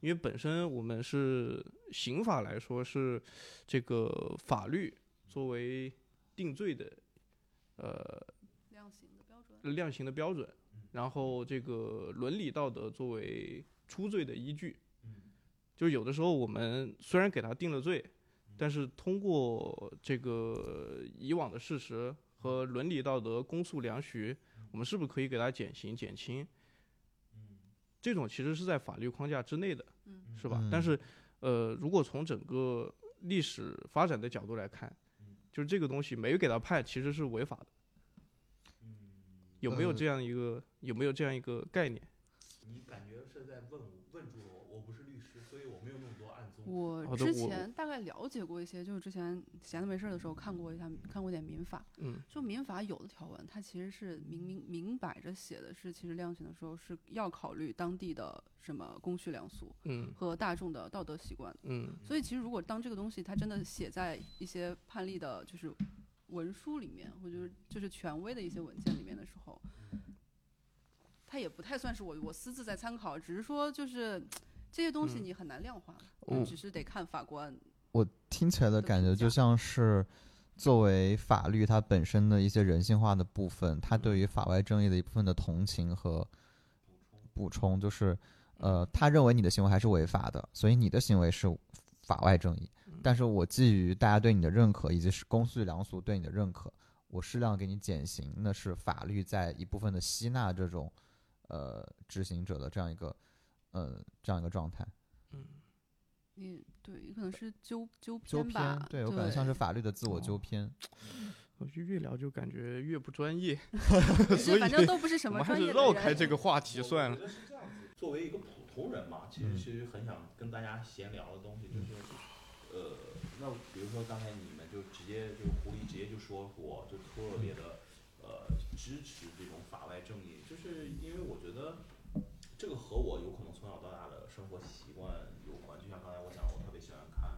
D: 因为本身我们是刑法来说是这个法律作为定罪的呃量刑的标准，然后这个伦理道德作为出罪的依据。
A: 嗯
D: 就有的时候我们虽然给他定了罪，
C: 嗯
D: 但是通过这个以往的事实和伦理道德公诉量徐，
C: 嗯
D: 我们是不是可以给他减刑减轻？
A: 嗯
D: 这种其实是在法律框架之内的，
C: 嗯
D: 是吧？
B: 嗯
D: 但是，呃，如果从整个历史发展的角度来看，
C: 嗯
D: 就是这个东西没给他判，其实是违法的。
A: 嗯
D: 有没有
B: 呃
D: 这样一个有没有这样一个概念？
A: 你感觉是在问我问住了我，我不是律师，所以我没有那么多案宗。
D: 好
C: 我
D: 的
C: 之
D: 哦我
C: 前大概了解过一些，就是之前闲着没事儿的时候看过一下，看过一点民法。
D: 嗯
C: 就民法有的条文，它其实是明明明摆着写的是，其实量刑的时候是要考虑当地的什么公序良俗
D: 嗯
C: 和大众的道德习惯的。
D: 嗯
C: 所以其实如果当这个东西它真的写在一些判例的，就是文书里面，或者是就是权威的一些文件里面的时候，它也不太算是我我私自在参考，只是说就是这些东西
D: 嗯
C: 你很难量化，
D: 嗯
C: 只是得看法官。
B: 我听起来的感觉就像是，作为法律它本身的一些人性化的部分，它对于法外正义的一部分的同情和补充，就是，呃，他认为你的行为还是违法的，所以你的行为是法外正义
D: 嗯。
B: 但是我基于大家对你的认可，以及是公序良俗对你的认可，我适量给你减刑，那是法律在一部分的吸纳这种，呃，执行者的这样一个，呃，这样一个状态。
D: 嗯
C: 你对，可能是纠纠
B: 纠
C: 偏
B: 偏
C: 吧，，
B: 对我感觉像是法律的自我
D: 哦
B: 纠偏。
D: 我就越聊就感觉越不专业，所
C: 是
D: 以
C: 反正都不是什
D: 我
C: 么
D: 们还
C: 专
D: 是
C: 业的
D: 绕开
C: 人
D: 这个话
A: 我
D: 题算
A: 我
D: 了。
A: 觉得是这样子。作为一个普通人嘛，其实
B: 嗯
A: 其实很想跟大家闲聊的东西就是，
D: 嗯
A: 呃，那比如说刚才你们就直接就狐狸直接就说我就特别的
D: 嗯
A: 呃支持这种法外正义，就是因为我觉得。这个和我有可能从小到大的生活习惯有关，就像刚才我讲，我特别喜欢看，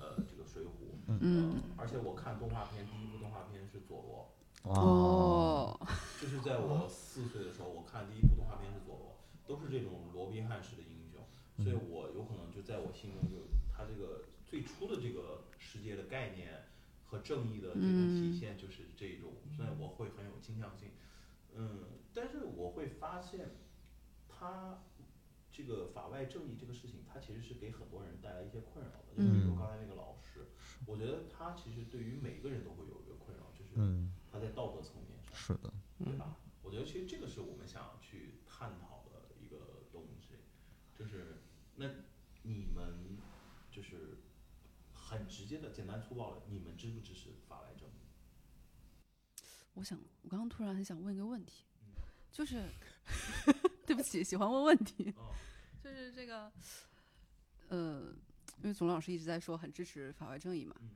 A: 呃，这个《水浒》，
C: 嗯
A: 呃，而且我看动画片，第一部动画片是《佐罗》，
B: 哇，
C: 哦，
A: 就是在
B: 哦
A: 我四岁的时候，我看第一部动画片是佐罗，都是这种罗宾汉式的英雄，所
B: 嗯
A: 以我有可能就在我心中就他这个最初的这个世界的概念和正义的这种
B: 嗯
A: 体现就是这种，所以我会很有倾向性。嗯，但是我会发现，他这个法外正义这个事情，它其实是给很多人带来一些困扰的。就比如
B: 嗯
A: 刚才那个老师，我觉得他其实对于每个人都会有一个困扰，就是
B: 嗯，
A: 他在道德层面上。
B: 是的，
A: 对
D: 嗯
A: 吧？我觉得其实这个是我们想要去探讨的一个东西，就是那你们就是很直接的、简单粗暴的，你们支不支持法外正义？
C: 我想，我刚刚突然很想问一个问题，
A: 嗯
C: 就是对不起，喜欢问问题，
A: 哦
C: 就是这个，呃，因为总老师一直在说很支持法外正义嘛，
A: 嗯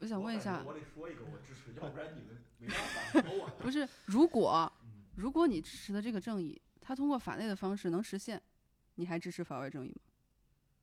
C: 我想问一下，
A: 我得说一个我支持，要不然你们没办法说我。
C: 不是如果
A: 嗯
C: 如果你支持的这个正义，它通过法内的方式能实现，你还支持法外正义吗？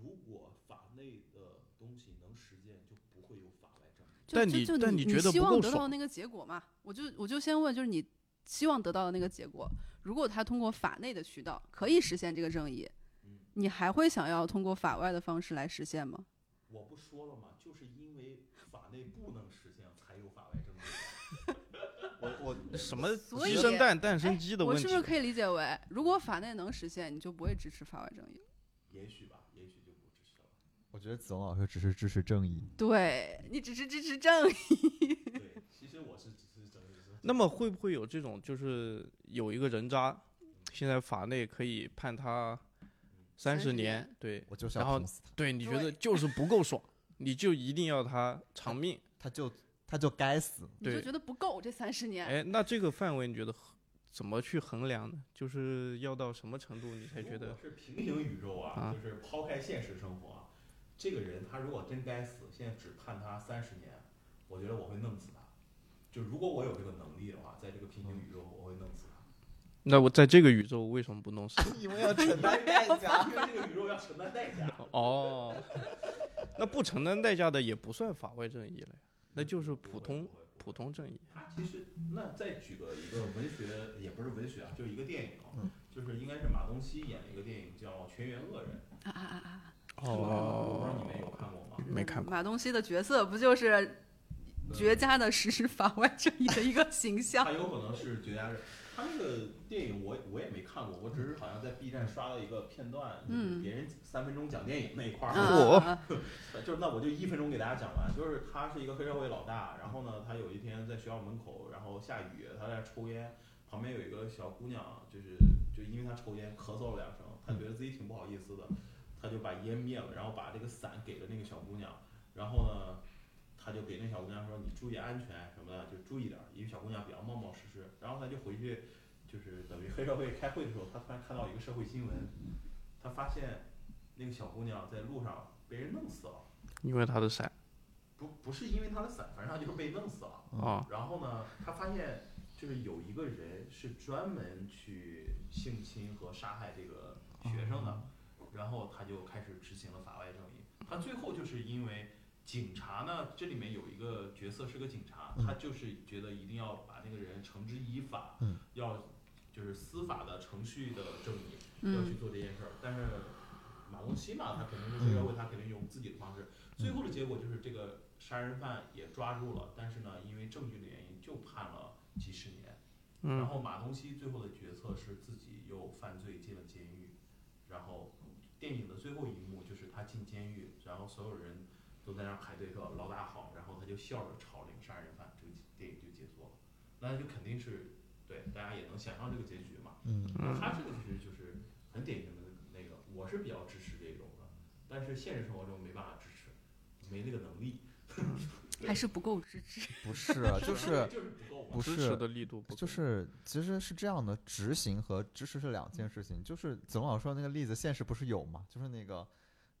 A: 如果法内的东西能实践，就不会有法外正义。
C: 就
D: 但
C: 就
D: 你
C: 就
D: 但
C: 你
D: 你觉得
C: 希
D: 不
C: 望
D: 够
C: 得到
D: 爽
C: 那个结果嘛？我就我就先问，就是你希望得到的那个结果，如果他通过法内的渠道可以实现这个正义
A: 嗯，
C: 你还会想要通过法外的方式来实现吗？
A: 我不说了吗？就是因为法内不能实现，才有法外正义。
B: 我我
D: 什么
C: 所以哎
D: 鸡生蛋，蛋生鸡的
C: 我
D: 问
C: 是
D: 题
C: 不？是可以理解为，如果法内能实现，你就不会支持法外正义？
A: 也许吧，也许就不支持了。
B: 我觉得子龙老师只是支持正义，
C: 对你只是支持正义，
A: 对，其实我是支持正义。
D: 那么会不会有这种，就是有一个人渣，现在法内可以判他三
C: 30
D: 十年
C: 年，
D: 对
B: 我就是
D: 要
B: 要
D: 然后
B: 捅
D: 捅
B: 死他，
D: 对，你觉
C: 对
D: 得就是 不够爽，你就一定要他偿命。
B: 他就他就该死。
C: 你就
D: 对
C: 觉得不够这三十年。
D: 哎，那这个范围你觉得衡怎么去衡量呢？就是要到什么程度你才觉
A: 如
D: 得
A: 果是平行宇宙啊，
D: 啊
A: 就是抛开现实生活啊，这个人他如果真该死，现在只判他三十年，我觉得我会弄死他。就如果我有这个能力的话，在这个平行宇宙
D: 嗯
A: 我会弄死他，
D: 那我在这个宇宙为什么不弄死？
B: 你们要承担代价，
A: 因为这个宇宙要承担代价。
D: 哦，那不承担代价的也不算法外正义了呀， 那就是普通
A: 不会不会
D: 普通正义。
A: 他其实那再举个一个文学，也不是文学啊，就是一个电影啊、
B: 嗯
A: 就是应该是马东锡演的一个电影叫《全员恶人》，
C: 啊啊啊啊！
D: 哦
A: 哦我不知道你们有看过吗？
D: 没看过
C: 马东锡的角色不就是绝佳的实施法外正义的一个形象。
A: 他有可能是绝佳人。他那个电影我也我也没看过，我只是好像在 B 站刷到一个片段，就是
C: 嗯
A: 别人三分钟讲电影那一块儿，
D: 嚯
C: 啊，
A: 就是那我就一分钟给大家讲完，就是他是一个黑社会老大，然后呢，他有一天在学校门口，然后下雨，他在抽烟，旁边有一个小姑娘，就是就因为他抽烟咳嗽了两声，他觉得自己挺不好意思的，他就把烟灭了，然后把这个伞给了那个小姑娘，然后呢，他就给那小姑娘说你注意安全什么的，就注意点儿，因为小姑娘比较冒冒失失，然后他就回去，就是等于黑社会开会的时候，他突然看到一个社会新闻，他发现那个小姑娘在路上被人弄死了。
D: 因为他的伞
A: 不不是因为他的伞，反正他就是被弄死了。
D: 啊，
A: 然后呢，他发现就是有一个人是专门去性侵和杀害这个学生的，
B: 哦
A: 然后他就开始执行了法外正义。他最后就是因为警察呢，这里面有一个角色是个警察，
B: 嗯
A: 他就是觉得一定要把那个人绳之以法，
B: 嗯
A: 要就是司法的程序的正义。要去
C: 嗯，
A: 做这件事儿。但是马龙西嘛，他肯定是社会，他肯定用自己的方式。最后的结果就是这个杀人犯也抓住了，但是呢，因为证据的原因，就判了几十年。然
D: 嗯，
A: 后马东锡最后的决策是自己又犯罪进了监狱，然后电影的最后一幕就是他进监狱，然后所有人都在那儿排队说老大好，然后他就笑着朝那个杀人犯，这个电影就结束了。那就肯定是对大家也能想象这个结局嘛。
B: 嗯
D: 嗯
A: 他这个其实就是很典型的那个，我是比较支持这种的，但是现实生活中没办法支持，没那个能力，
C: 还是不够支持。
B: 不是，啊 就是
A: 就是不够嘛。
B: 不
D: 支
B: 是
D: 持的力度不
B: 就
D: 够
B: 是其实是这样的，执行和支持是两件事情。就是子龙老师说那个例子，现实不是有吗？就是那个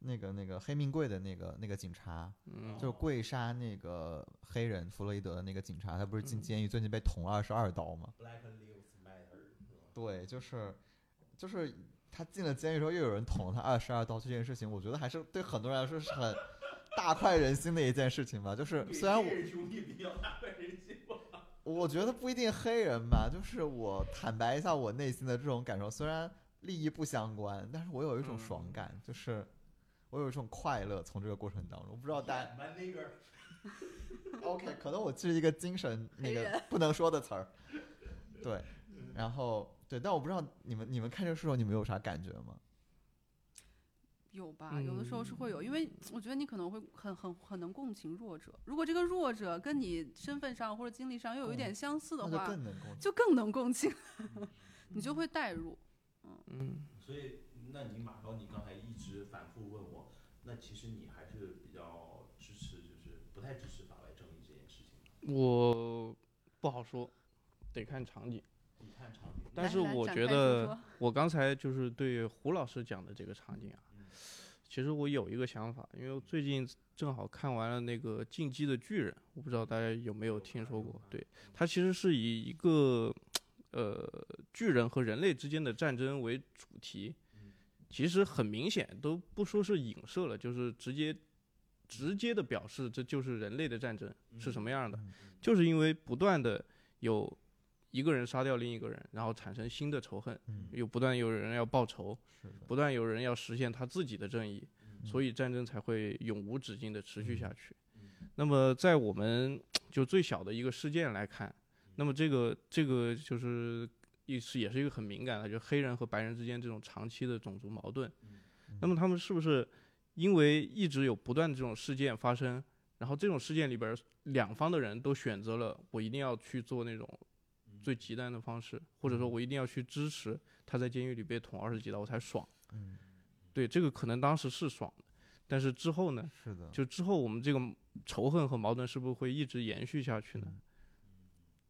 B: 那个那个黑命贵的那个那个警察，
D: 嗯
B: 就是跪杀那个黑人弗洛伊德的那个警察，他不是进
D: 嗯
B: 监狱最近被捅了二十二刀吗？
A: Black Lives Matter 是吧？
B: 对，就是就是他进了监狱之后，又有人捅了他二十二刀，这件事情，我觉得还是对很多人来说是很大快人心的一件事情吧。就是
A: 对
B: 虽然我
A: 黑人兄弟比较大快人心吧。
B: 我觉得不一定黑人吧，就是我坦白一下我内心的这种感受，虽然利益不相关，但是我有一种爽
D: 嗯
B: 感，就是我有一种快乐从这个过程当中，我不知道大家
A: My nigger，
B: OK，可 能我是一个精神那
C: 黑
B: 个
C: 人
B: 不能说的词儿，对，然后对，但我不知道你们你们看这个时候你们有啥感觉吗？
C: 有吧，有的时候是会有，因为我觉得你可能会很很很能共情弱者。如果这个弱者跟你身份上或者经历上又有一点相似的
B: 那就
C: 话，
B: 更能共情。
C: 就更能共情， 你就会代入。
D: 嗯，
A: 所以那你马超，你刚才一直反复问我，那其实你还是比较支持，就是不太支持法外正义这件事情的。
D: 我不好说，得看场景。
A: 你看场景，
D: 但
C: 来
D: 是
C: 来
D: 我
C: 展
D: 觉
C: 开说
D: 得
C: 说
D: 我刚才就是对胡老师讲的这个场景啊
A: 嗯，
D: 其实我有一个想法，因为我最近正好看完了那个《进击的巨人》，我不知道大家有没有听说过？对，它其实是以一个呃巨人和人类之间的战争为主题
A: 嗯，
D: 其实很明显都不说是影射了，就是直接直接的表示这就是人类的战争是什么样的。
B: 嗯
D: 就是因为不断的有一个人杀掉另一个人，然后产生新的仇恨，
B: 嗯，
D: 又不断有人要报仇，
B: 是的，
D: 不断有人要实现他自己的正义，
A: 嗯
D: 所以战争才会永无止境的持续下去
A: 嗯。
D: 那么在我们就最小的一个事件来看，那么这个这个就是也是也是一个很敏感的，就黑人和白人之间这种长期的种族矛盾
A: 嗯。
D: 那么他们是不是因为一直有不断的这种事件发生，然后这种事件里边儿两方的人都选择了我一定要去做那种最极端的方式，或者
B: 嗯
D: 说我一定要去支持他在监狱里被捅二十几刀我才爽。
B: 嗯，
D: 对，这个可能当时是爽的，但是之后呢？
B: 是的，
D: 就之后我们这个仇恨和矛盾是不是会一直延续下去呢？
B: 嗯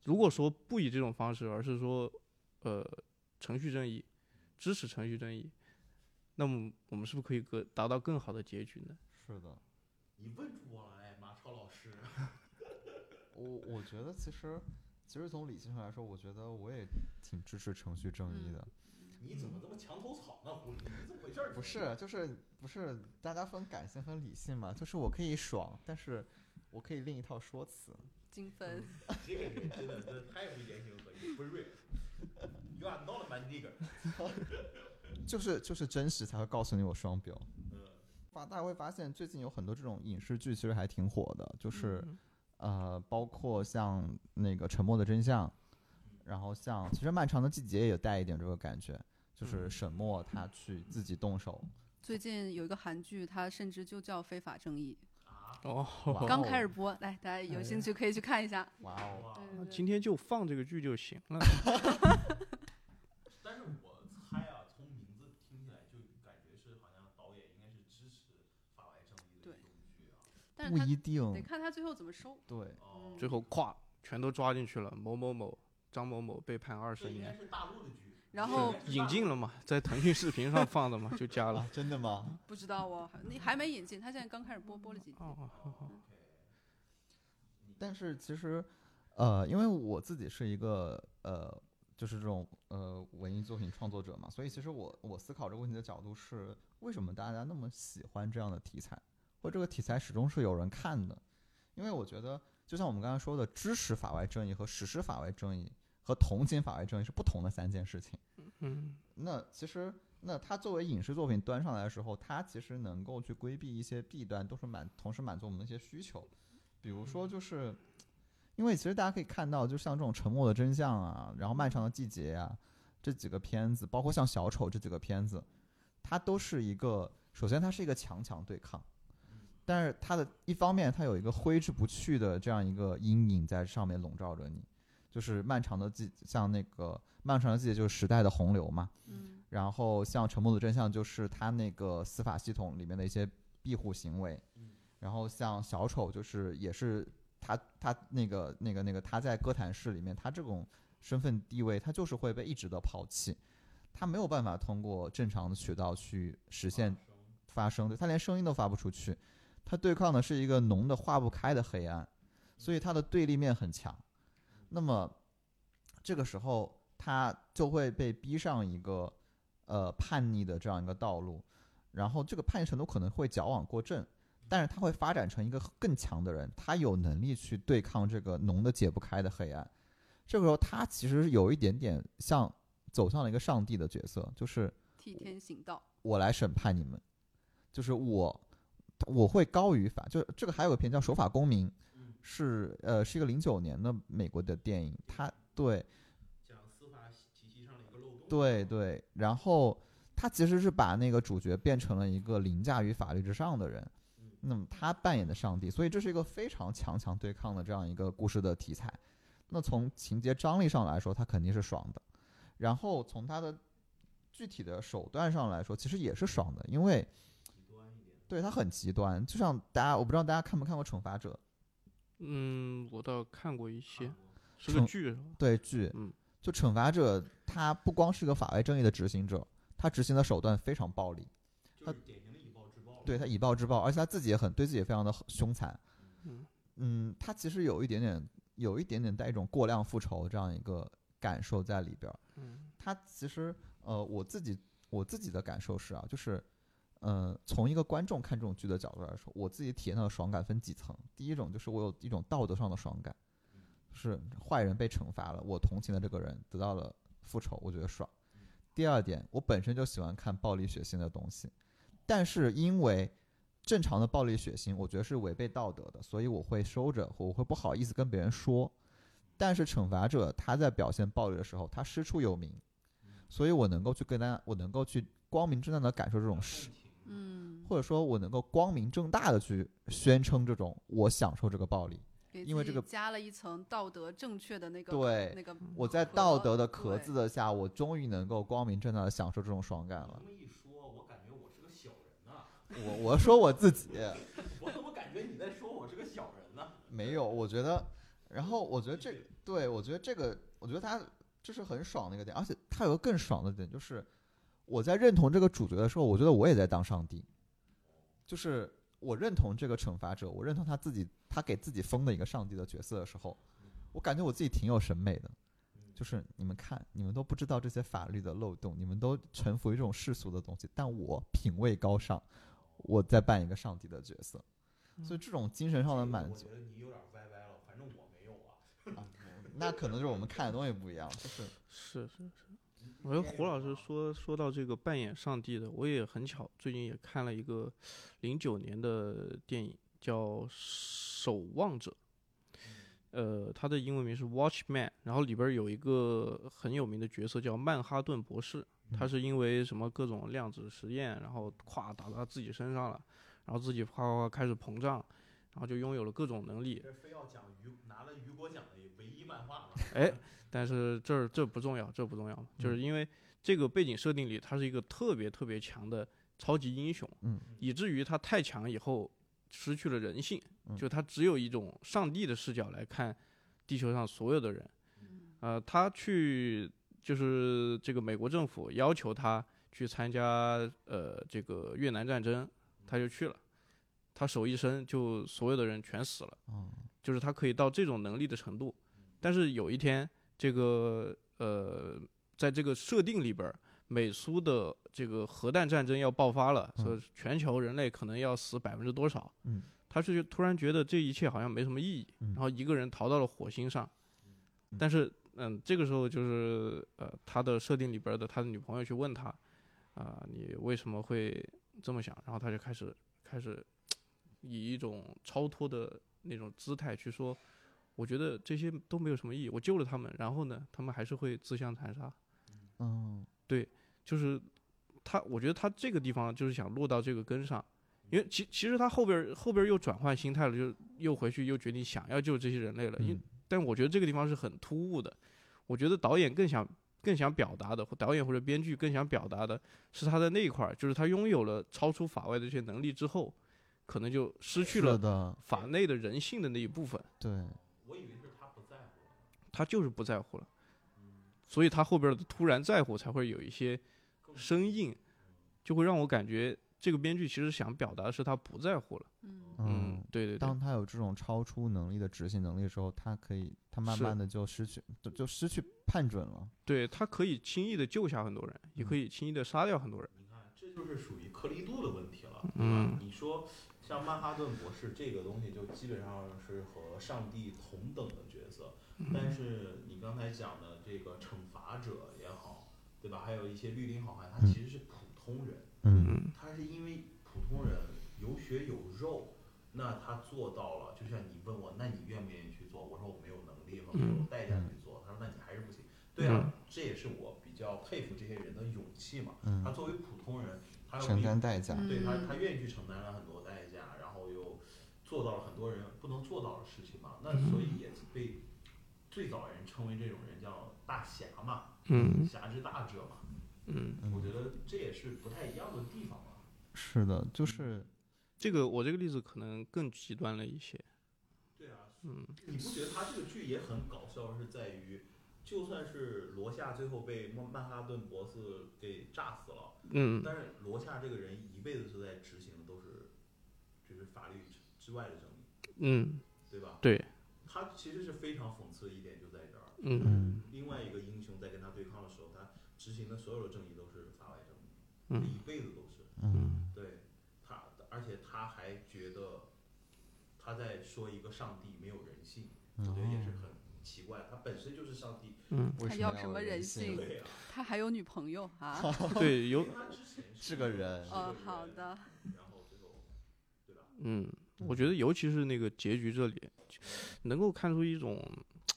D: 如果说不以这种方式，而是说，呃，程序正义，支持程序正义，那么我们是不是可以更达到更好的结局呢？
B: 是的。
A: 你问出我来，马超老师。
B: 我我觉得其实，其实从理性上来说，我觉得我也挺支持程序正义
C: 嗯
B: 的。
A: 你怎么这么墙头草呢？狐狸，你怎么回事儿？
B: 不是，就是不是，大家分感性和理性嘛。就是我可以爽，但是我可以另一套说辞。
C: 精分，
A: 这个人真的真的太不言行合一，不是 You are not my nigger。
B: 就是就是真实才会告诉你我双标。
A: 嗯
B: 发大家会发现，最近有很多这种影视剧其实还挺火的，就是、
C: 嗯
B: 呃，包括像那个《沉默的真相》，然后像其实《漫长的季节》也带一点这个感觉，
C: 嗯
B: 就是沈墨他去自己动手，
C: 最近有一个韩剧，它甚至就叫《非法正义
A: 啊
D: 哦，》，
B: 哇
C: 刚
B: 哦
C: 开始播，来大家有兴趣可以去看一下。
B: 哇哦，
A: 哇
C: 对对对
D: 今天就放这个剧就行 了。
A: 但是我猜啊，从名字听起来就感觉是好像导演应该是支持法外正义的
C: 对
A: 一种剧啊。
C: 但
B: 不
C: 是
B: 一
C: 它得
B: 定，
C: 看它最后怎么收。嗯
B: 对，
A: 哦，
D: 最后咵，全都抓进去了。某某某，张某某被判二
A: 这
D: 十
A: 应该
D: 年，
A: 是大陆的剧。
C: 然后哦
A: 是
D: 引进了嘛，在腾讯视频上放的 嘛，就加了
B: 啊。，真的吗？
C: 不知道哦，你还没引进，它现在刚开始播，播了几集。
D: 哦，
B: 但是其实，呃，因为我自己是一个呃，就是这种呃文艺作品创作者嘛，所以其实我我思考这个问题的角度是，为什么大家那么喜欢这样的题材，或者这个题材始终是有人看的？因为我觉得，就像我们刚才说的，支持法外正义和实施法外正义和同情法外正义是不同的三件事情。
D: 嗯，
B: 那其实，那它作为影视作品端上来的时候，它其实能够去规避一些弊端，都是满同时满足我们的一些需求。比如说，就是因为其实大家可以看到，就像这种《沉默的真相》啊，然后《漫长的季节》啊，这几个片子，包括像《小丑》这几个片子，它都是一个首先它是一个强强对抗，但是它的一方面它有一个挥之不去的这样一个阴影在上面笼罩着你，就是漫长的季，像那个《漫长的季节》就是时代的洪流嘛。
C: 嗯，
B: 然后像《沉默的真相》就是他那个司法系统里面的一些庇护行为，
A: 嗯
B: 然后像小丑就是也是他他那个那个那个他在哥谭市里面他这种身份地位他就是会被一直的抛弃，他没有办法通过正常的渠道去实
A: 嗯
B: 现发声，对他连声音都发不出去，他对抗的是一个浓的化不开的黑暗，所以他的对立面很强。那么这个时候，他就会被逼上一个呃叛逆的这样一个道路，然后这个叛逆程度可能会矫枉过正，但是他会发展成一个更强的人，他有能力去对抗这个浓的解不开的黑暗。这个时候，他其实是有一点点像走向了一个上帝的角色，就是
C: 替天行道。
B: 我来审判你们，就是我我会高于法。就是这个还有个片叫《守法公民》，
A: 嗯，
B: 是呃是一个零九年的美国的电影，它对
A: 讲司法体系上的一个漏洞。
B: 对对，然后他其实是把那个主角变成了一个凌驾于法律之上的人，
A: 嗯
B: 那么他扮演的上帝，所以这是一个非常强强对抗的这样一个故事的题材。那从情节张力上来说，它肯定是爽的，然后从它的具体的手段上来说，其实也是爽的，因为
A: 极端一点。
B: 对它很极端。就像大家，我不知道大家看没看过《惩罚者》
D: 嗯，我倒看过一些
A: 看，
C: 哦
A: 过
D: 是个
B: 成
D: 剧是吧？
B: 对剧，
D: 嗯，
B: 就惩罚者他不光是个法外正义的执行者，他执行的手段非常暴力。
A: 就
B: 他
A: 是典型的以暴制暴了。
B: 对他以暴制暴，而且他自己也很对自己也非常的凶残。
D: 嗯
B: 嗯，他其实有一点点，有一点点带一种过量复仇这样一个感受在里边儿。
D: 嗯
B: 他其实呃，我自己我自己的感受是啊，就是嗯、呃从一个观众看这种剧的角度来说，我自己体验到的爽感分几层。第一种就是我有一种道德上的爽感，是坏人被惩罚了，我同情的这个人得到了复仇，我觉得爽。第二点，我本身就喜欢看暴力血腥的东西，但是因为正常的暴力血腥，我觉得是违背道德的，所以我会收着，我会不好意思跟别人说。但是惩罚者他在表现暴力的时候，他师出有名，所以我能够去跟他，我能够去光明正大的感受这种事，
C: 嗯，
B: 或者说我能够光明正大的去宣称这种我享受这个暴力，
C: 给
B: 因为
C: 自
B: 这个
C: 己加了一层道德正确的那个
B: 对
C: 那个
B: 我在道德的壳
C: 壳
B: 子的下，我终于能够光明正大的享受这种爽感了
A: 你。这么一说，我感觉我是个小人呐、
B: 我我说我自己
A: 我怎么感觉你在说我是个小人呢、
B: 没有，我觉得，然后我觉得这个，对我觉得这个，我觉得他这是很爽的一个点，而且他有个更爽的点，就是我在认同这个主角的时候，我觉得我也在当上帝，就是我认同这个惩罚者，我认同他自己，他给自己封的一个上帝的角色的时候，我感觉我自己挺有审美的。
A: 嗯
B: 就是你们看，你们都不知道这些法律的漏洞，你们都臣服于这种世俗的东西，但我品味高尚，我在扮演一个上帝的角色，所以这种精神上的满足
A: 我觉得你有点歪歪了，反正我没有啊。
B: 啊，那可能就是我们看的东西不一样，就是
D: 是是是。我跟胡老师说说到这个扮演上帝的，我也很巧，最近也看了一个零九年的电影，叫《守望者》，呃，他的英文名是 Watchman，然后里边儿有一个很有名的角色叫曼哈顿博士，他是因为什么各种量子实验，然后咵打到自己身上了，然后自己夸夸夸开始膨胀，然后就拥有了各种能力。
A: 这非要讲雨拿了雨果奖的唯一漫画嘛？
D: 哎，但是这儿这不重要，这不重要，就是因为这个背景设定里，他是一个特别特别强的超级英雄，
B: 嗯
D: 以至于他太强以后失去了人性，
B: 嗯
D: 就他只有一种上帝的视角来看地球上所有的人。
C: 嗯
D: 呃，他去就是这个美国政府要求他去参加呃这个越南战争，他就去了，他手一伸就所有的人全死了。
B: 哦，
D: 就是他可以到这种能力的程度。但是有一天，这个呃，在这个设定里边儿，美苏的这个核弹战争要爆发了，
B: 嗯
D: 说全球人类可能要死百分之多少。
B: 嗯，
D: 他是突然觉得这一切好像没什么意义，
B: 嗯
D: 然后一个人逃到了火星上
B: 嗯，
D: 但是嗯，这个时候就是呃，他的设定里边儿的他的女朋友去问他，啊、你为什么会这么想？然后他就开始开始以一种超脱的那种姿态去说，我觉得这些都没有什么意义，我救了他们，然后呢，他们还是会自相残杀。
B: 嗯
D: 就是他，我觉得他这个地方就是想落到这个根上，因为其其实他后边儿后边儿又转换心态了，就又回去又决定想要救这些人类了。因
B: 嗯
D: 但我觉得这个地方是很突兀的，我觉得导演更想更想表达的，或导演或者编剧更想表达的是他的那一块儿，就是他拥有了超出法外的这些能力之后，可能就失去
B: 是
D: 了
B: 的，
D: 法内的人性的那一部分。
B: 对，
A: 我以为是他不在乎。
D: 他就是不在乎了，所以他后边的突然在乎才会有一些生硬，就会让我感觉这个编剧其实想表达的是他不在乎了。
C: 嗯
D: 嗯，对对对
B: 当，他有这种超出能力的执行能力之后，他可以，他慢
D: 是
B: 慢的就失去，就就失去判准了。
D: 对他可以轻易的救下很多人，也可以轻易的杀掉很多人。
A: 你看，这就是属于颗粒度的问题了。
D: 嗯
A: 你说像曼哈顿博士这个东西，就基本上是和上帝同等的角色。但是你刚才讲的这个惩罚者也好，对吧？还有一些绿林好汉，他其实是普通人，
B: 嗯
D: 嗯
A: 他是因为普通人有血有肉，那他做到了。就像你问我，那你愿不愿意去做？我说我没有能力和没有代价去做。他说那你还是不行。对啊，这也是我比较佩服这些人的勇气嘛。他
B: 嗯，
A: 作为普通人，他有
B: 承
A: 一
B: 担代价。
A: 对他，他
C: 嗯
A: 愿意去承担了很多代价，然后又做到了很多人不能做到的事情嘛。那所
D: 嗯
A: 以也被最早人称为这种人叫大侠嘛，
D: 嗯
A: 侠之大者嘛。
D: 嗯，
A: 我
B: 嗯，
A: 觉得这也是不太一样的地方啊嘛。
B: 是的，就是
D: 这个我这个例子可能更极端了一些。
A: 对啊，
D: 嗯
A: 你不觉得他这个剧也很搞笑，是在于就算是罗夏最后被曼曼哈顿博士给炸死了，
D: 嗯，
A: 但是罗夏这个人一辈子是在执行的都是就是法律之之外的正义，
D: 嗯
A: 对吧？
D: 对，
A: 他其实是非常讽刺的一点就在这儿。
D: 嗯
A: 另外一个英雄在跟他对抗的时候，他执行的所有的正义都是法外正义，这
D: 嗯
A: 一辈子都是。
B: 嗯
A: 对他，而且他还觉得他在说一个上帝没有人性，
B: 嗯
A: 我觉得
B: 哦
A: 也是很奇怪。他本身就是上帝，
D: 嗯，
B: 为
C: 他
B: 什
C: 要
B: 么
C: 什
B: 有
C: 么人性
B: 性？
A: 对呀、
C: 他还有女朋友啊？
D: 对，有
A: 因为他之前
B: 是个人
A: 是
C: 哦
A: 个，
C: 好
A: 人，
C: 的，
A: 然后最后，对吧？
D: 嗯，我觉得尤其是那个结局这里，能够看出一种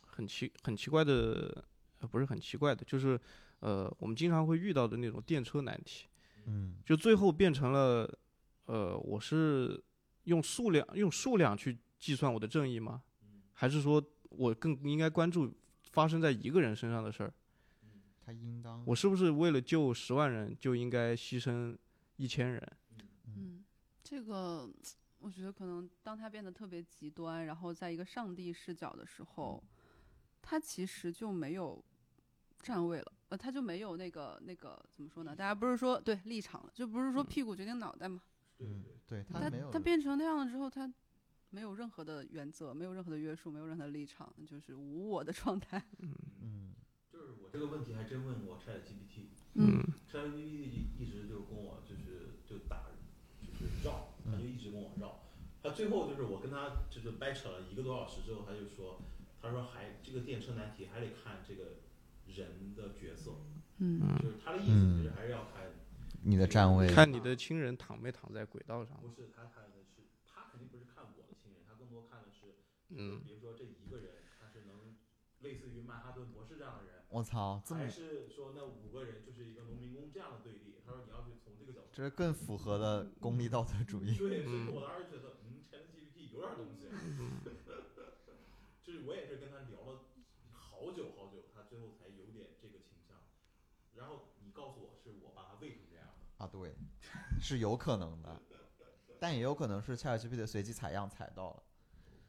D: 很奇很奇怪的，呃，不是很奇怪的，就是呃，我们经常会遇到的那种电车难题，
B: 嗯
D: 就最后变成了，呃，我是用数量用数量去计算我的正义吗？还是说我更应该关注发生在一个人身上的事儿？
B: 他应当
D: 我是不是为了救十万人就应该牺牲一千人？
C: 嗯，这个我觉得可能当他变得特别极端，然后在一个上帝视角的时候，他其实就没有站位了，呃，他就没有那个那个怎么说呢？大家不是说对立场了，就不是说屁股决定脑袋嘛。
A: 对
B: 嗯
A: 对，
B: 对
C: 他
B: 没有
C: 他变成那样了之后，他没有任何的原则，没有任何的约束，没有任何的立场，就是无我的状态。
B: 嗯
A: 就是我这个问题还真问我 ChatGPT。
D: 嗯，
A: ChatGPT 一直就跟我就是就打就是绕，他就一直跟我绕，他最后就是我跟他就是掰扯了一个多小时之后，他就说，他说还这个电车难题还得看这个人的角色，
C: 嗯
A: 就是他的意思
B: 嗯
A: 就是还是要看，
B: 你的站位，
D: 嗯看你的亲人躺没躺在轨道上。
A: 不是他看的是他肯定不是看我的亲人，他更多看的是就是
D: 嗯
A: 比如说这一个人他是能类似于曼哈顿博士这样的人，
B: 我操，这么
A: 还是说那五个人就是一个农民工这样的对立？他说你要是从这个角度，
B: 这是更符合了功利道德主
A: 对，
B: 义。
A: 所以
D: 嗯
A: 我当时觉得，嗯，ChatGPT 有点东 西。就是我也是跟他聊了好久好久，他最后才有点这个倾向。然后你告诉我是我把他喂成这样的，
B: 啊，对，是有可能的，但也有可能是 ChatGPT 的随机采样采到了。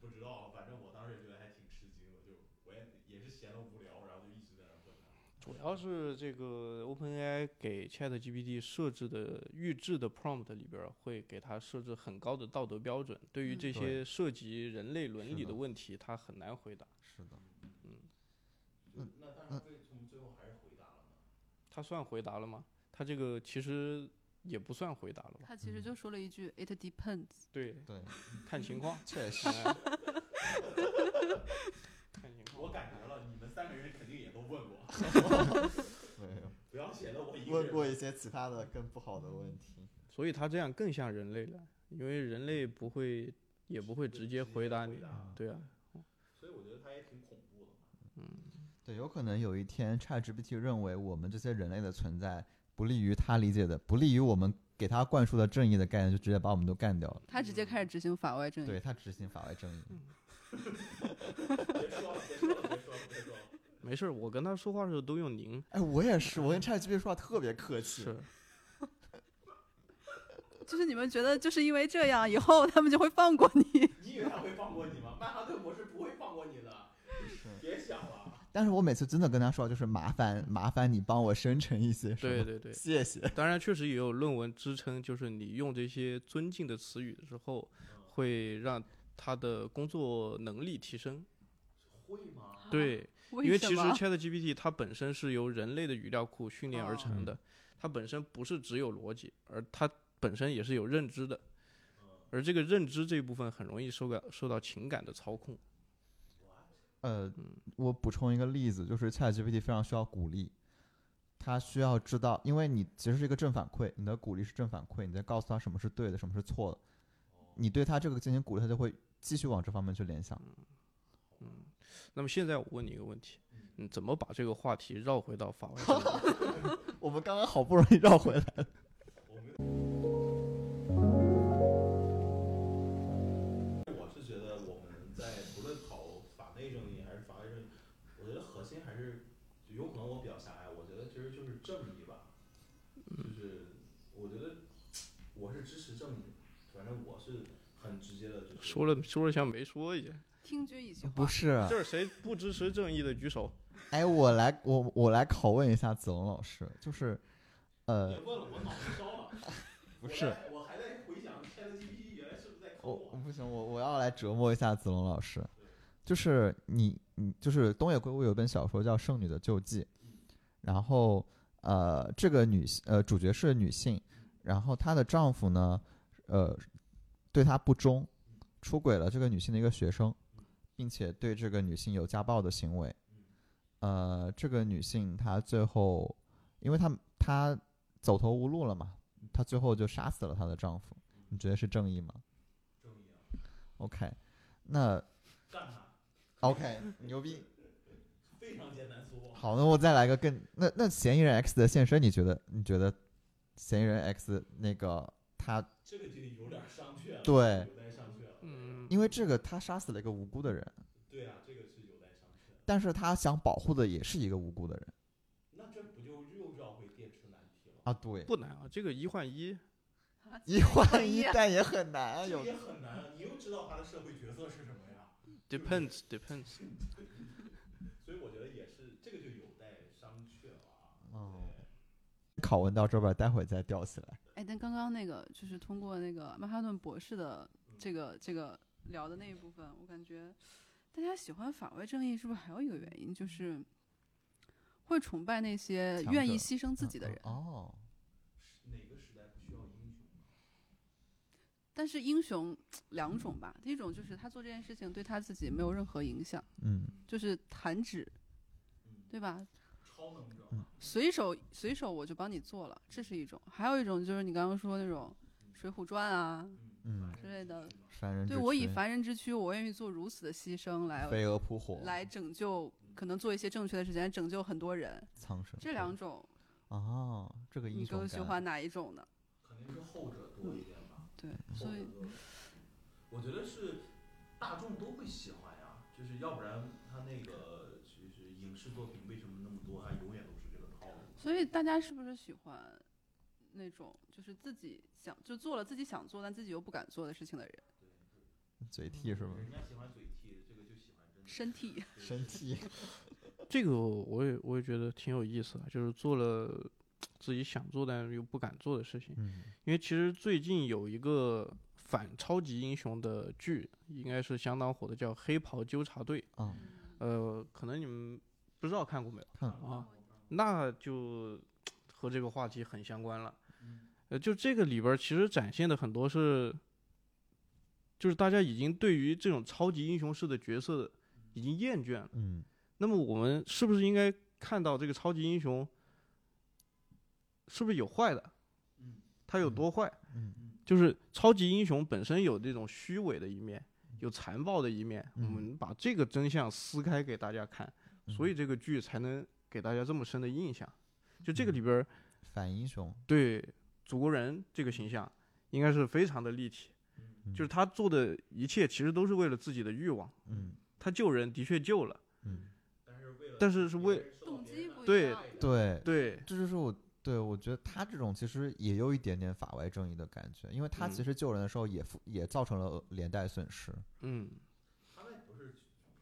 A: 不知道，啊反正我当时也觉得还挺吃惊的，就我也也是闲得无聊，然后就一直在那混他。
D: 主要是这个 OpenAI 给 ChatGPT 设置的预置的 prompt 里边儿会给它设置很高的道德标准，对于
C: 嗯
D: 这
B: 对
D: 些涉及人类伦
B: 是
D: 理
B: 的
D: 的问题，它很难回答。
B: 是的，
A: 嗯就那但是最从最后还是回答了嘛。
D: 它算回答了吗？它这个其实也不算回答了吧？
C: 他其实就说了一句 “It depends”，
D: 对，
B: 对，。
D: 看情况
B: 确实，
D: 哎看情
A: 我
D: 况。
A: 感觉了，你们三个人肯定也都问过，
B: 对，
A: 不要显得我一个
B: 问
A: 人。
B: 过一些其他的更不好的问题。
D: 所以它这样更像人类了，因为人类不会，也不会直接回答你。对啊，
A: 所以我觉得他也挺恐怖的嘛。
B: 对，有可能有一天 ChatGPT 认为我们这些人类的存在不利于他理解的，不利于我们给他灌输的正义的概念，就直接把我们都干掉了。
C: 他直接开始执行法外正
B: 嗯
C: 义。
B: 对他执行法外正义，
A: 别说了，别说了，别说了，别说了。
D: 没事儿，我跟他说话的时候都用您。
B: 哎，我也是，我跟 ChatGPT 说话特别客气，
D: 是，
C: 就是你们觉得就是因为这样，以后他们就会放过你。
A: 你以为他会放过你吗？曼哈顿博士不会放过你的，别想了。
B: 但是我每次真的跟他说，就是麻烦麻烦你帮我生成一些什么，
D: 对对对。
B: 谢谢。
D: 当然，确实也有论文支撑，就是你用这些尊敬的词语的时候，会让他的工作能力提升。
A: 会吗？
D: 对，因
C: 啊 为
D: 为
C: 什
D: 其实
C: 么
D: ChatGPT 它本身是由人类的语料库训练而
B: 哦
D: 成的，它本身不是只有逻辑，而它本身也是有认知的，而这个认知这一部分很容易受到受到情感的操控。
B: 呃，我补充一个例子，就是 ChatGPT 非常需要鼓励，它需要知道，因为你其实是一个正反馈，你的鼓励是正反馈，你在告诉他什么是对的，什么是错的，你对他这个进行鼓励，他就会继续往这方面去联想。
D: 那么现在我问你一个问题，你怎么把这个话题绕回到法 外正义？
B: 我们刚刚好不容易绕回来了，
A: 我是觉得我们在不论讨法内正义还是法外正义，我觉得核心还是有可能我比较狭隘，我觉得其实就是正义吧，就是我觉得我是支持正义，反正我是很直接的，就是
D: 说了说了像没说一样。
C: 听君一席话
B: 不，是？
D: 这儿谁不支持正义的举手？
B: 哎，我来，我我来拷问一下子龙老师，就是，呃
A: 别，问了，我脑子烧了，
B: 不是，
A: 我在我还在回想 ChatGPT 原来是不是在考
B: 我
A: 我
B: 我。不行，我我要来折磨一下子龙老师，就是你你就是东野圭吾有本小说叫《圣女的救济》，然后呃这个女性呃主角是女性，然后她的丈夫呢呃对她不忠，出轨了这个女性的一个学生，并且对这个女性有家暴的行为，呃这个女性她最后因为她她走投无路了嘛，她最后就杀死了她的丈夫，你觉得是正义吗？
A: 正义啊，
B: OK，那
A: 干他，
B: OK 牛逼。
A: 非常简单粗暴。
B: 好，那我再来个更那那嫌疑人 X 的现身，你觉得你觉得嫌疑人 X 那个他
A: 这个就有点上去了，
B: 对
A: 有待商榷了。
D: 嗯，
B: 因为这个他杀死了一个无辜的人，
A: 对啊，这个是有待商榷。
B: 但是他想保护的也是一个无辜的人
A: 那这不就又绕回电池难题了？
B: 啊，对，
D: 不难啊，这个一换一，
C: 啊
B: 一 换一，但也很难啊，
A: 这
B: 有
A: 也很难啊，你又知道他的社会角色是什么呀？
D: depends depends。
A: 所以我觉得也是，这个就有待商榷了啊。
B: 哦拷问到这边，待会儿再吊起来。
C: 哎，但刚刚那个就是通过那个曼哈顿博士的这个这个聊的那一部分，我感觉大家喜欢法外正义是不是还有一个原因，就是会崇拜那些
B: 强
C: 愿意
B: 者
C: 牺牲自己的人。
B: 哦，
A: 是哪个时代不需要英雄呢？
C: 但是英雄两种吧，第一种就是他做这件事情对他自己没有任何影响，
B: 嗯，
C: 就是弹指，对吧？
A: 嗯超能
B: 嗯
A: 者，
C: 随手随手我就帮你做了，这是一种；还有一种就是你刚刚说那种水浒传》啊
B: 嗯，
C: 之类的。
B: 凡人
C: 对
B: 之
C: 我以
B: 躯
C: 凡人之躯，我愿意做如此的牺牲来
B: 飞蛾扑火，
C: 来拯救，可能做一些正确的事情，来拯救很多人。
B: 苍生
C: 这两种，
B: 哦，这个英
C: 你
B: 雄
C: 更喜
B: 感，
C: 欢哪一种呢？
A: 肯定是后者多一点吧。
C: 对，
A: 后
B: 嗯
C: 所
A: 者
C: 以
A: 多一点我觉得是大众都会喜欢呀，就是要不然他那个就是影视作品为什么那么多，它永远都是这个套路。
C: 所以大家是不是喜欢那种就是自己想就做了自己想做但自己又不敢做的事情的人？
B: 嘴替是吗？
A: 人家喜欢嘴替，这个就喜欢真的
C: 身体，
A: 对
B: 身体，
D: 这个我也我也觉得挺有意思的，就是做了自己想做但又不敢做的事情。
B: 嗯，
D: 因为其实最近有一个反超级英雄的剧，应该是相当火的，叫《黑袍纠察队》。
B: 啊，
D: 呃，可能你们不知道看过没有？
B: 看
D: 啊，那就和这个话题很相关了
A: 嗯。
D: 呃，就这个里边儿其实展现的很多是，就是大家已经对于这种超级英雄式的角色已经厌倦了。
B: 嗯，
D: 那么我们是不是应该看到这个超级英雄是不是有坏的？
A: 嗯，
D: 他有多坏？
B: 嗯
A: 嗯
D: 就是超级英雄本身有这种虚伪的一面，有残暴的一面。
B: 嗯
D: 我们把这个真相撕开给大家看，所以
B: 嗯
D: 这个剧才能给大家这么深的印象。就这个里边儿
B: 反英雄，
D: 对祖国人这个形象，应该是非常的立体。就是他做的一切其实都是为了自己的欲望，
B: 嗯
D: 他救人的确救了，
B: 嗯，
A: 但是为了
D: 但是是为
A: 别人受到
C: 动
A: 别
C: 机
A: 人
C: 不
A: 的
C: 一
D: 对
C: 样。
B: 对，
D: 对，
B: 这就是我对我觉得他这种其实也有一点点法外正义的感觉，因为他其
D: 嗯
B: 实救人的时候也付也造成了连带损失，
D: 嗯，
A: 他那不是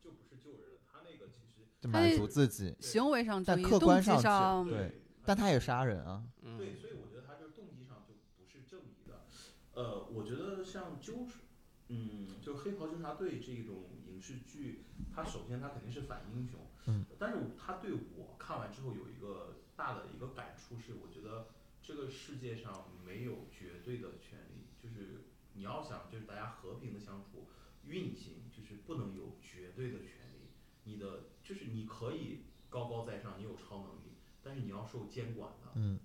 A: 就不是救人，他那个其实
B: 就
C: 他
B: 满
C: 那
B: 足自己，
C: 行为上
B: 但
C: 正义，
B: 客
C: 动
B: 观
C: 机
B: 上是
C: 上
B: 对但他也杀人啊，
D: 嗯
A: 对，所以我觉得他这个动机上就不是正义的。呃，我觉得像纠察，嗯，就是《黑袍纠察队》这种影视剧，它首先它肯定是反英雄，
B: 嗯，
A: 但是它对我看完之后有一个大的一个感触是，我觉得这个世界上没有绝对的权利，就是你要想就是大家和平的相处，运行就是不能有绝对的权利，你的就是你可以高高在上，你有超能力，但是你要受监管的，
B: 嗯，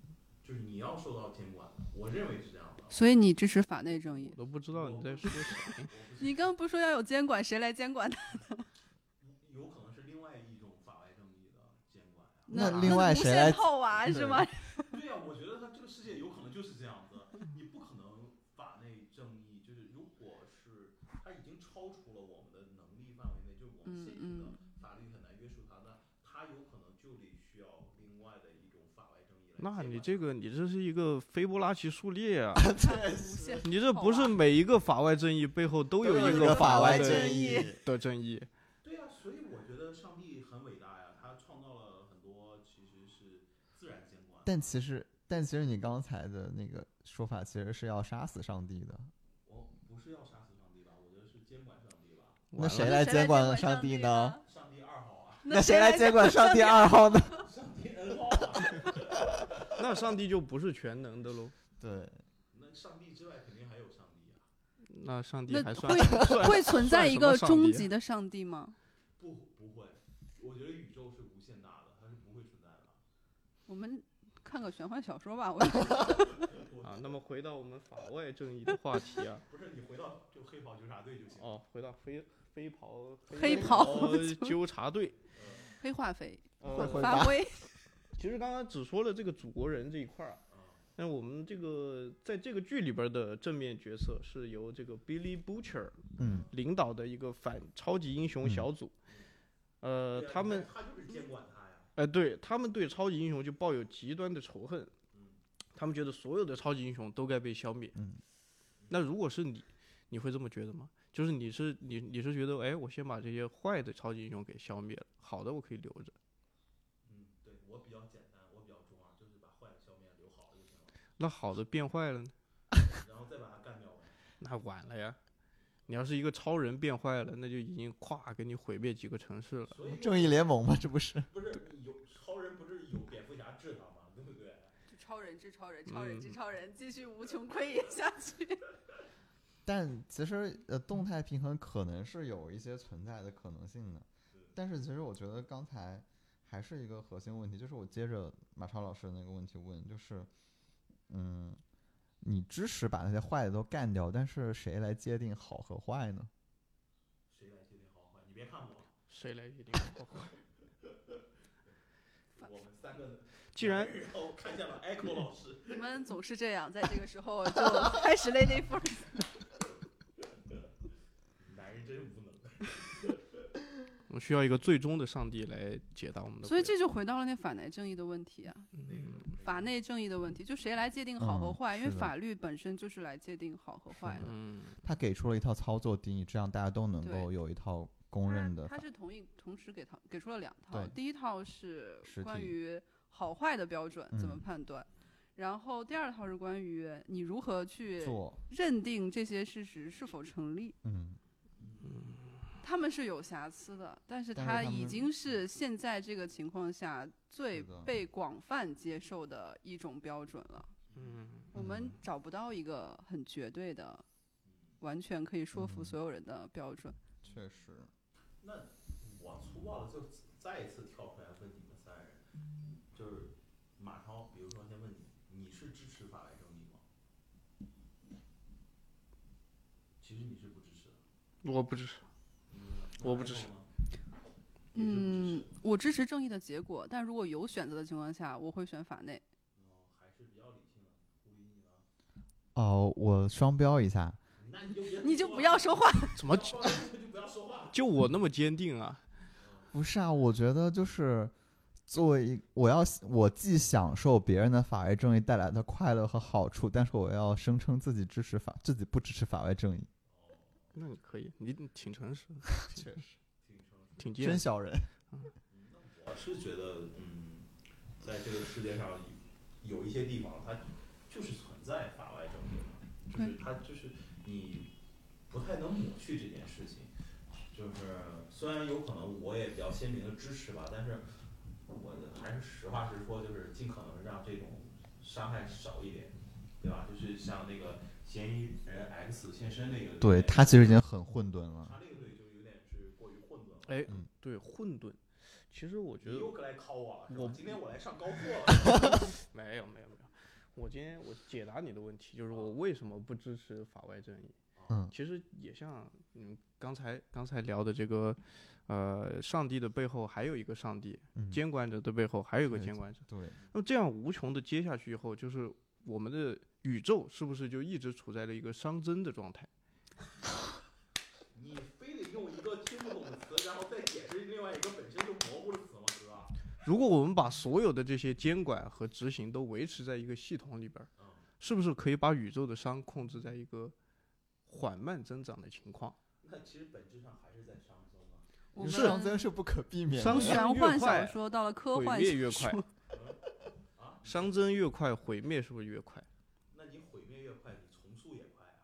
A: 就是你要受到监管的，我认为是这样的。
C: 所以你支持法内正义
D: 我。都不知道你在说 谁。
C: 你刚不说要有监管，谁来监管他？
A: 有可能是另外一种法外正义的监管呀、
B: 那
C: 那
B: 另外
C: 无
B: 谁
C: 限
B: 来
C: 套娃是 吗？
A: 对呀、我觉得他这个世界有可能就是这样子，你不可能法内正义，就是如果是他已经超出了我们的能力范围内，就是我们现有的
C: 嗯
A: 法律很难约束他，那他有可能就得需要另外的一种法外正义来监管
D: 那
A: 他。
D: 你这个，你这是一个斐波那契数列 啊！
C: 无限
D: 你这不是每一个法外正义背后都有
C: 有一
D: 个
C: 个
D: 法
C: 法
D: 外
C: 外
D: 的
C: 正
D: 义
C: 义
D: 的正义。
A: 对呀、所以我觉得上帝很伟大呀，他创造了很多其实是自然监管。
B: 但其实但其实你刚才的那个说法其实是要杀死上帝的，
A: 我不是要杀死上帝吧？我觉得是监管上帝吧。
B: 那谁
D: 完了
B: 来
C: 来
B: 监管上帝
C: 帝
B: 呢？？
A: 上帝二号 啊，
B: 那谁
C: 谁
B: 来监管上帝啊二号呢？
A: 上帝 N 号啊，
D: 那上帝就不是全能的喽？
B: 对，
A: 那上帝之外肯定还有上帝啊。
D: 那上帝
C: 那
D: 还算
C: 会
D: 算
C: 会存在一个
D: 算什么上帝
C: 终
D: 啊
C: 极的上帝吗？
A: 不，不会，我觉得宇宙是无限大的，它是不会存在的。
C: 我们看个玄幻小说吧。我
D: 啊？那么回到我们法外正义的话题啊，
A: 不是你回到就黑袍纠察队就行。
D: 哦，回到飞飞袍
C: 黑袍
D: 袍纠察 队。
A: 嗯
C: 黑化肥
B: 会
D: 呃，
B: 会
C: 发挥，
D: 其实刚刚只说了这个祖国人这一块儿啊，但我们这个在这个剧里边的正面角色是由这个 Billy Butcher
B: 嗯，
D: 领导的一个反超级英
C: 嗯
D: 雄小组，呃，
A: 对啊
D: 他们
A: 他就是监管他呀。
D: 哎，对他们对超级英雄就抱有极端的仇恨
A: 嗯，
D: 他们觉得所有的超级英雄都该被消灭。
B: 嗯
D: 那如果是你，你会这么觉得吗？就是你是你你是觉得，哎，我先把这些坏的超级英雄给消灭了，好的我可以留着。
A: 嗯，对我比较简单，我比较中二，就是把坏的消灭，留好的就行了，
D: 那好的变坏了呢？
A: 然后再把它干掉呗。
D: 那晚了呀。你要是一个超人变坏了，那就已经咵给你毁灭几个城市了。
A: 所以
B: 正义联盟嘛，这不是？
A: 不是有超人不是有蝙蝠侠治他吗？对不对？
C: 超人之超人，
D: 超人之
C: 超人，继续无穷匮也下去。
B: 但其实呃，动态平衡可能是有一些存在的可能性的，但是其实我觉得刚才还是一个核心问题，就是我接着马超老师的那个问题问，就是，嗯，你支持把那些坏的都干掉，但是谁来界定好和坏呢？
A: 谁来界定好坏？你别看我，
D: 谁来决定？
A: 我们三个，
D: 既然
A: 我看向了 Echo 老 师，
C: 你们总是这样，在这个时候 就开始 Lady First。
A: 男人真无能。
D: 我们需要一个最终的上帝来解答我们的，
C: 所以这就回到了那法内正义的问题啊，
D: 嗯，
C: 法内正义的问题，就谁来界定好和
B: 嗯
C: 坏？因为
B: 是的
C: 法律本身就是来界定好和坏的。
D: 嗯，
B: 他给出了一套操作定义，这样大家都能
C: 对
B: 够有一套公认的
C: 他
B: 法。
C: 是同意同时给他给出了两套，
B: 对
C: 第一套是
B: 实
C: 关
B: 体
C: 于好坏的标准怎么
B: 嗯
C: 判断，然后第二套是关于你如何去
B: 做，
C: 认定这些事实是否成立。
B: 嗯，
C: 他们是有瑕疵的，但是
B: 但是
C: 它
B: 他们
C: 已经是现在这个情况下最
B: 是的
C: 被广泛接受的一种标准了。
D: 嗯，
C: 我们找不到一个很绝对的、
A: 嗯
C: 完全可以说服
B: 嗯
C: 所有人的标准。
B: 确实，
A: 那我粗暴的就再一次跳出来问你们三人，就是马超，比如说先问你，你是支持法外正义吗？其实你是不支持的，
D: 我不支持，我不支持
A: 持。你是不支
C: 嗯
A: 持，
C: 我支持正义的结果，但如果有选择的情况下，我会选法内。
A: 的，哦，还是比较理性的。狐狸你呢？
B: 哦，我双标一下，
A: 那你就别
C: 你就
A: 说
C: 不
A: 了
C: 要说话。
D: 怎么
A: 说了就不要说话。
D: 就我那么坚定啊？
B: 不是啊，我觉得就是作为一，我要我既享受别人的法外正义带来的快乐和好处，但是我要声称自己支持法，自己不支持法外正义，
D: 那你可以，你挺诚 实，
B: 确实
D: 挺
B: 真
D: 坚，
B: 小人。
A: 我是觉得，嗯，在这个世界上有一些地方，它就是存在法外正义的，就是它就是你不太能抹去这件事情。就是虽然有可能我也比较鲜明的支持吧，但是我还是实话实说，就是尽可能让这种伤害少一点，对吧？就是像那个嫌疑人 X 现身那个，
B: 对他其实已经很混沌了，
A: 他那个对就有点是过于混沌了。
D: 哎
B: 嗯，
D: 对，混沌。其实我觉
A: 你
D: 得
A: 又来考我了，是吧
D: 我
A: 今天我来上高课了。
D: 没有没有没有，我今天我解答你的问题，就是我为什么不支持法外正义。
B: 嗯
D: 其实也像嗯刚才刚才聊的这个，呃，上帝的背后还有一个上帝，
B: 嗯，
D: 监管者的背后还有一个
B: 对
D: 监管者。
B: 对，
D: 那么这样无穷的接下去以后，就是我们的宇宙是不是就一直处在了一个熵增的状态？
A: 你非得用一个听不懂的词，然后再解释另外一个本身就模糊的词吗，哥？啊
D: 如果我们把所有的这些监管和执行都维持在一个系统里边儿，
A: 嗯，
D: 是不是可以把宇宙的熵控制在一个缓慢增长的情况？
A: 那其实本质上还是在上升啊。
C: 我
B: 你上
C: 们
B: 增是不可避免
D: 上
B: 的
D: 升。
C: 玄幻
D: 越快
C: 小说到了科
D: 毁
C: 幻
D: 灭越
C: 小
D: 快
C: 说，，
A: 啊，
D: 熵增越快，毁灭是不是越快？
A: 那你毁灭越快，你重塑也快啊。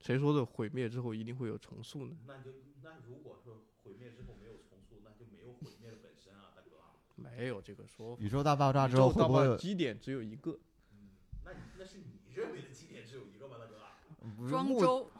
D: 谁说的毁灭之后一定会有重塑呢？
A: 那就那如果说毁灭之后没有重塑，那就没有毁灭的本身啊，大哥。
D: 没有这个说法。
B: 宇宙大爆炸
D: 宇
B: 之后
D: 宙
B: 会
D: 大
B: 不会
D: 爆炸
B: 有？
D: 基点只有一个？
A: 嗯，那你那是你认为的基点只有一个吗，大哥？啊
B: 不是
C: 庄
B: 目
C: 周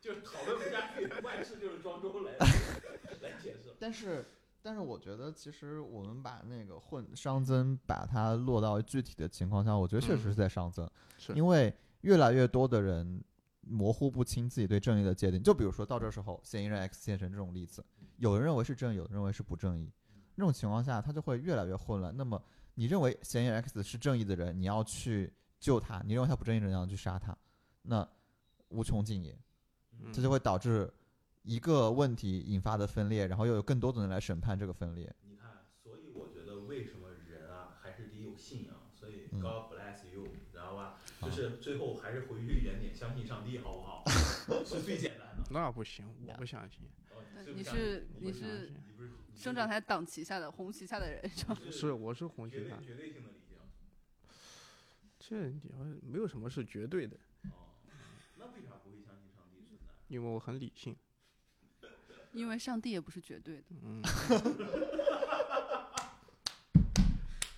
A: 就是讨论不下去，万事就是庄周来 来解释了。
B: 但是，但是我觉得，其实我们把那个混熵增把它落到具体的情况下，我觉得确实是在上增，
D: 是
B: 因为越来越多的人模糊不清自己对正义的界定。就比如说到这时候，嫌疑人 X 现身这种例子，有人认为是正义，有人认为是不正义，这种情况下，他就会越来越混乱。那么，你认为嫌疑人 X 是正义的人，你要去救他；你认为他不正义的人，你要去杀他，那无穷尽也。
D: 嗯
B: 这就会导致一个问题引发的分裂，然后又有更多的人来审判这个分裂。
A: 你看，所以我觉得为什么人啊，还是得有信仰。所以
B: 嗯
A: God bless you，知道吧？
D: 啊
B: 好
A: 就是最后还是回去原点，相信上帝，好不好？是最简 单的。
D: 那不行，我不相信。
A: 哦
C: 对
A: 最
C: 你
A: 不相信
C: 是
A: 你
C: 你
A: 不
D: 不相
C: 是
D: 信
A: 你不是你
C: 生长在党旗下的红旗下的人， 是 吧
A: 不
D: 是，我是红啊
A: 绝
D: 旗
A: 对
D: 派，
A: 绝对性的理性。
D: 这你要没有什么是绝对的，
A: 哦，那为啥不会相信上帝存在？
D: 因为我很理性。
C: 因为上帝也不是绝对的。
D: 嗯，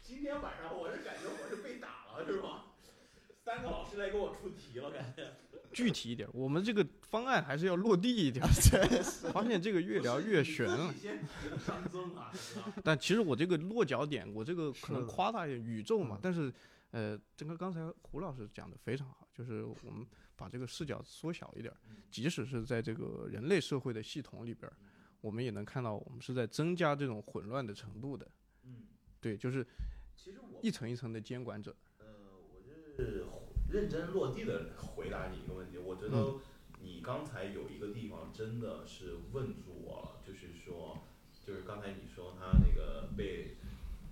A: 今天晚上我是感觉我是被打了，是吗？三个老师来给我出题了，感觉
D: 具体一点，我们这个方案还是要落地一点。 发现这个越聊越悬
A: 了。
D: 了
A: 你。自己先提的上增啊，你知道吗
D: 但其实我这个落脚点，我这个可能
B: 是
D: 嗯夸大一点宇宙嘛，但是呃，这个刚才胡老师讲的非常好，就是我们把这个视角缩小一点儿，即使是在这个人类社会的系统里边儿，我们也能看到我们是在增加这种混乱的程度的。
A: 嗯，
D: 对，就是
A: 其实我
D: 一层一层的监管者。
A: 呃，我这是认真落地的回答你一个问题。我觉得你刚才有一个地方真的是问住我了，就是说，就是刚才你说他那个被，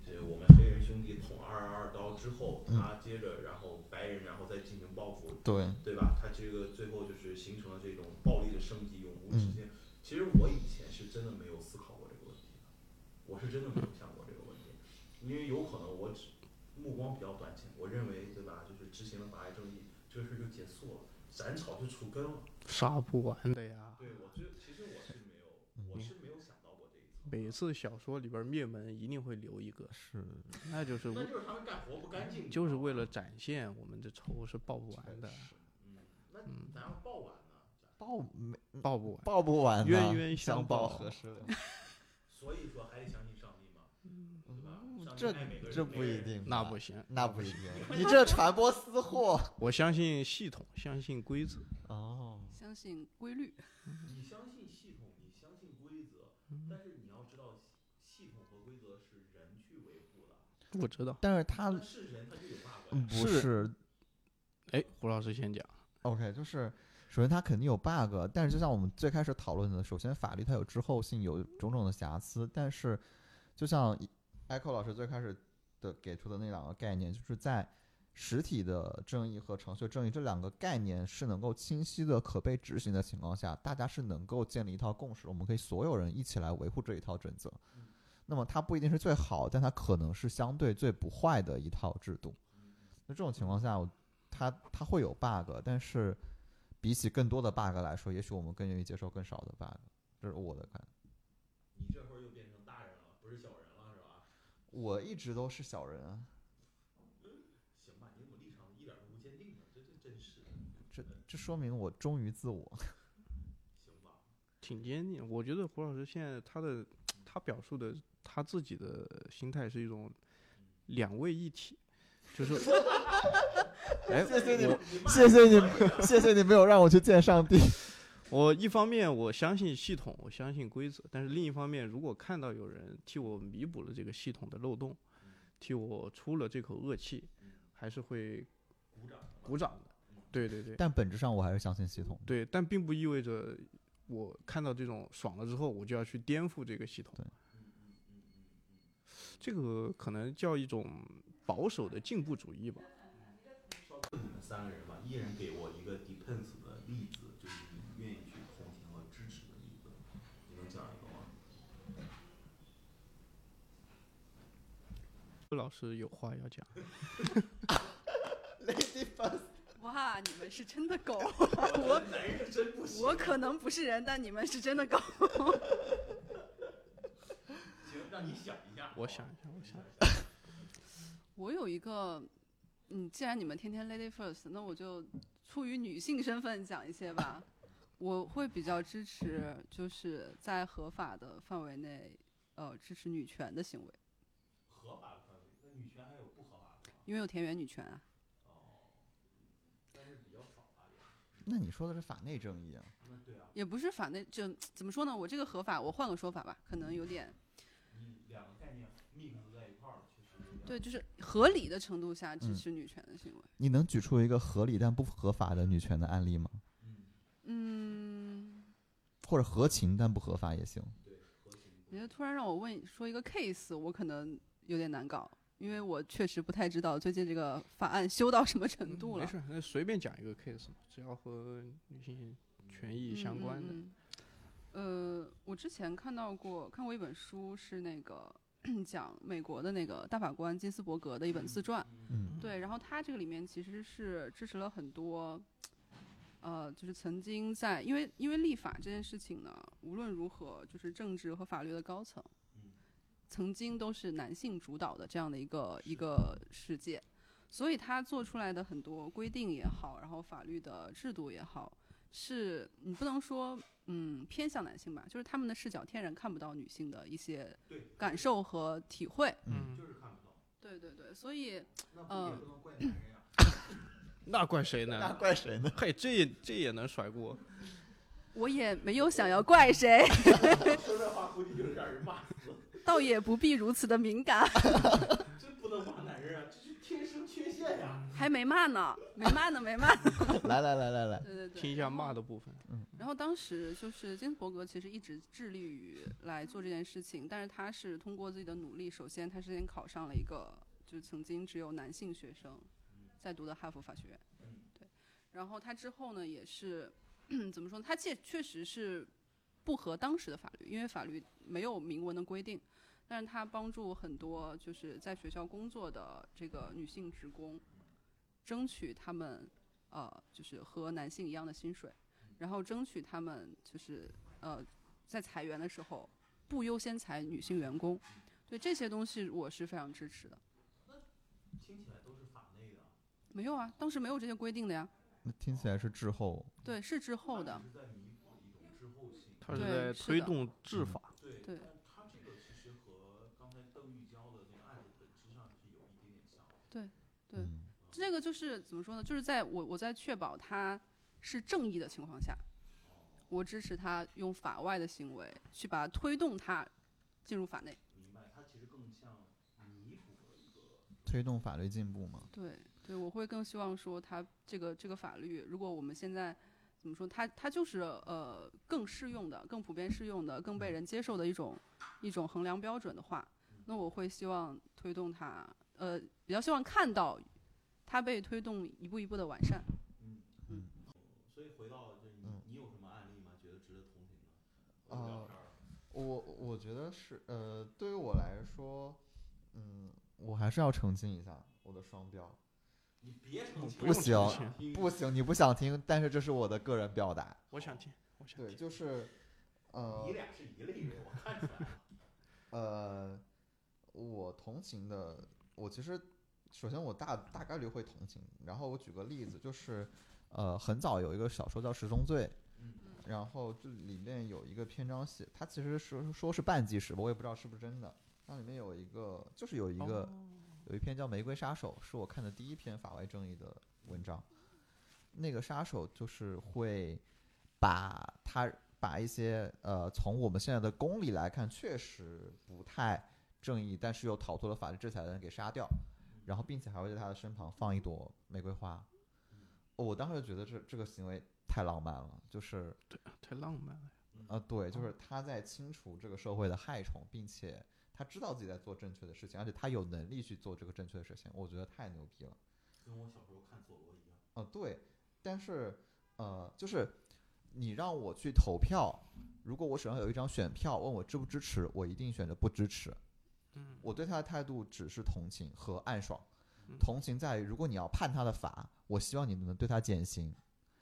A: 就是我们黑人兄弟捅二十二刀之后，
B: 嗯
A: 他接着然后白人然后再进行报复，
B: 对，
A: 对吧？他这个最后就是形成了这种暴力的升级，永无
D: 嗯
A: 止境。其实我以前是真的没有思考过这个问题的，我是真的没有想过这个问题，因为有可能我只目光比较短浅，我认为对吧？就是执行了法外正义，这个事儿就结束了，斩草就除根了。
D: 杀不完的呀。
A: 对我这其实我是没
D: 嗯
A: 有，我是没有想到过这一层。
D: 每次小说里边儿灭门一定会留一个，
B: 是
D: 那就是
A: 那
D: 为
A: 就是他们干活不干净，
D: 就是为了展现我们的仇是报不完的，
A: 嗯，那咱要报完呢？
B: 报没
D: 报不完。
B: 报不完呢，
D: 冤冤相
B: 相报
D: 报
B: 何时了？
A: 所以说还得相信上帝嘛，
D: 嗯
A: 对吧？上帝
B: 哦这
A: 爱每个人
B: 这
A: 每
B: 不
A: 个
B: 一
A: 人
B: 定吧，
D: 那不行，
B: 那不一定，你这传播私货
D: 我相信系统，相信规则。
B: 哦。
C: 相信规律，
A: 你相信系统，你相信规则，但是你要知道，系统和规则是人去维护的。
D: 我知道。
B: 但是他
A: 那是人，他就有 bug
B: 嗯
A: 呀。
B: 不
D: 是
B: 是
D: 哎，胡老师先讲。
B: OK，就是首先它肯定有 bug，但是就像我们最开始讨论的，首先法律它有滞后性，有种种的瑕疵，但是就像 Echo 老师最开始的给出的那两个概念，就是在实体的正义和程序正义这两个概念是能够清晰的可被执行的情况下，大家是能够建立一套共识，我们可以所有人一起来维护这一套准则
A: 嗯。
B: 那么它不一定是最好，但它可能是相对最不坏的一套制度。
A: 嗯
B: 那这种情况下，我它它会有 bug，但是比起更多的 bug 来说，也许我们更愿意接受更少的 bug，这是我的看。
A: 你这会儿又变成大人了，不是小人了，是吧？
B: 我一直都是小人啊，
A: 行吧，你怎么立场一点都不坚定呢？这这真是，
B: 这这说明我忠于自我。
A: 行吧？
D: 挺坚定。我觉得胡老师现在他的他表述的他自己的心态是一种两位一体，就是哎，
B: 谢谢你
D: 我
A: 你骂
B: 谢谢你
A: 人可以啊
B: 谢谢你没有让我去见上帝。
D: 我一方面我相信系统，我相信规则，但是另一方面，如果看到有人替我弥补了这个系统的漏洞，替我出了这口恶气，还是会
A: 鼓掌嗯了
D: 鼓掌的。对对对
B: 但本质上我还是相信系统。
D: 对，但并不意味着我看到这种爽了之后，我就要去颠覆这个系统。这个可能叫一种保守的进步主义吧。
A: 你们三个人吧，一人给我一个 depends 的例子，就是你愿意去同情和支持的例子，你能讲一个吗？
D: 老师有话要讲，
C: 哇，你们是真的 狗，
A: 我男人真不行。
C: 我可能不是人，但你们是真的狗。
A: 行，让你想一下。
D: 我想一下，我想一下。
C: 我有一个，嗯，既然你们天天 lady first，那我就出于女性身份讲一些吧。我会比较支持，就是在合法的范围内，呃，支持女权的行为，
A: 合法的范围，那女权还有不合法的吗？
C: 因为有田园女权啊。
A: 哦，但是比较少吧，也。
B: 那你说的是法内正义啊？
A: 那对啊，
C: 也不是反对，就怎么说呢？我这个合法，我换个说法吧，可能有点
A: 你两个概念 mix 在一块儿了，确实有点。
C: 对，就是合理的程度下支
B: 嗯
C: 持女权的行为。
B: 你能举出一个合理但不合法的女权的案例吗？
A: 嗯，
C: 嗯，
B: 或者合情但不合法也行。
A: 对，合情
C: 你就突然让我问说一个 case，我可能有点难搞，因为我确实不太知道最近这个法案修到什么程度了
D: 嗯没。事，那随便讲一个 case 嘛，只要和女性权益相关的。
C: 嗯嗯嗯呃，我之前看到过，看过一本书，是那个 讲美国的那个大法官金斯伯格的一本自传。
B: 嗯
C: 对，然后他这个里面其实是支持了很多，呃，就是曾经在因为因为立法这件事情呢，无论如何，就是政治和法律的高层
A: 嗯，
C: 曾经都是男性主导的这样的一个一个世界，所以他做出来的很多规定也好，然后法律的制度也好，是你不能说嗯偏向男性吧，就是他们的视角天然看不到女性的一些
A: 对
C: 感受和体会。
B: 嗯
A: 就是看不到。
C: 对对对对，所以
A: 那
C: 呃
A: 不也不能怪男人呀。
D: 那怪谁
B: 那
D: 呢？
B: 怪谁呢？
D: 嘿，这也这也能甩锅？
C: 我也没有想要怪谁，
A: 说这话估计就是让人骂死了，
C: 倒也不必如此的敏感。
A: 真不能骂男人啊，这是天生缺陷呀。
C: 还没骂呢，没骂呢，没骂呢。
B: 来来来来来，
C: 对对对，
D: 听一下骂的部分。
C: 然后当时就是金斯伯格其实一直致力于来做这件事情，但是他是通过自己的努力，首先他是先考上了一个就是曾经只有男性学生在读的哈佛法学院
A: 嗯，
C: 对。然后他之后呢，也是 怎么说呢？他确确实是不合当时的法律，因为法律没有明文的规定，但是他帮助很多就是在学校工作的这个女性职工，争取他们呃就是和男性一样的薪水。然后争取他们就是呃，在裁员的时候不优先裁女性员工，对这些东西我是非常支持的。
A: 听起来都是法内的，
C: 没有啊，当时没有这些规定的呀。
B: 听起来是滞后。
C: 对，是滞后的。
A: 是在弥补一种滞后性。
D: 他是
C: 对
D: 在
C: 是
D: 推
C: 的
D: 动治法。
A: 对，
C: 对
A: 但他这个其实和刚才邓玉娇的那个案子本质上是有一点点像的。
C: 对
B: 嗯
C: 这个就是怎么说呢？就是在我我在确保他是正义的情况下，
A: 哦
C: 我支持他用法外的行为去把推动他进入法内。
A: 明白，它其实更像弥补了一个。
B: 推动法律进步嘛，
C: 对对，我会更希望说他这个这个法律，如果我们现在怎么说，它它就是呃更适用的、更普遍适用的、更被人接受的一种一种衡量标准的话，那我会希望推动它，呃，比较希望看到它被推动一步一步的完善。
A: 嗯
C: 嗯
A: 所以回到就是你
B: 嗯，
A: 你有什么案例吗？觉得值得同情的？
B: 啊
A: 我聊天儿
B: 我我觉得是，呃，对于我来说，嗯，我还是要澄清一下我的双标。
A: 你别澄清，
D: 不
A: 我
B: 行
A: 只想听
B: 不行，你不想听，但是这是我的个人表达。
D: 我想听，我想
B: 对，
D: 听。
B: 就是，呃
A: 你俩是一类人，我看出来了。
B: 呃，我同情的，我其实首先我大大概率会同情。然后我举个例子，就是呃，很早有一个小说叫《十宗罪》，
A: 嗯
B: 然后这里面有一个篇章写，它其实说说是半纪实吧，我也不知道是不是真的。那里面有一个，就是有一个、有一篇叫《玫瑰杀手》，是我看的第一篇法外正义的文章。那个杀手就是会把他把一些呃，从我们现在的公理来看，确实不太正义，但是又逃脱了法律制裁的人给杀掉，然后并且还会在他的身旁放一朵玫瑰花。我当时就觉得这这个行为太浪漫了，就是
D: 对，太浪漫了。
B: 啊，对，就是他在清除这个社会的害虫，并且他知道自己在做正确的事情，而且他有能力去做这个正确的事情，我觉得太牛逼了。
A: 跟我小时候看佐罗一样。
B: 啊，对，但是呃，就是你让我去投票，如果我手上有一张选票，问我支不支持，我一定选择不支持。
D: 嗯，
B: 我对他的态度只是同情和暗爽
D: 嗯。
B: 同情在于，如果你要判他的罚，我希望你能对他减刑。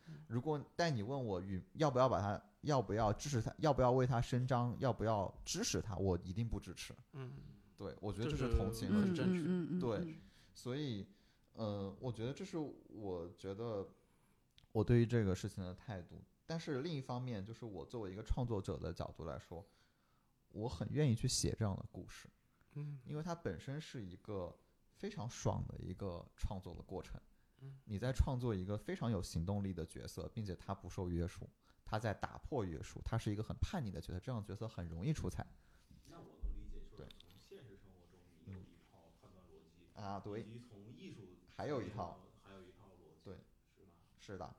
D: 嗯
B: 如果但你问我与要不要把他，要不要支持他，要不要为他伸张，要不要支持他，我一定不支持。
D: 嗯，
B: 对，我觉得
D: 这
B: 这是
D: 是
B: 同情
D: 嗯
B: 和
D: 嗯
B: 正，
D: 嗯
C: 嗯
B: 对所以，呃，我觉得这是我觉得我对于这个事情的态度。但是另一方面，就是我作为一个创作者的角度来说，我很愿意去写这样的故事。
D: 嗯，
B: 因为它本身是一个非常爽的一个创作的过程
D: 嗯。
B: 你在创作一个非常有行动力的角色，并且他不受约束，他在打破约束，他是一个很叛逆的角色，这样的角色很容易出彩
A: 那我能理解，就是
B: 对嗯
A: 从现实生活中你有一套判断逻辑，
B: 啊。对，
A: 以及从艺术
B: 还有一套
A: 层面上还有一套逻辑，
B: 对，
A: 是吧？
B: 是的，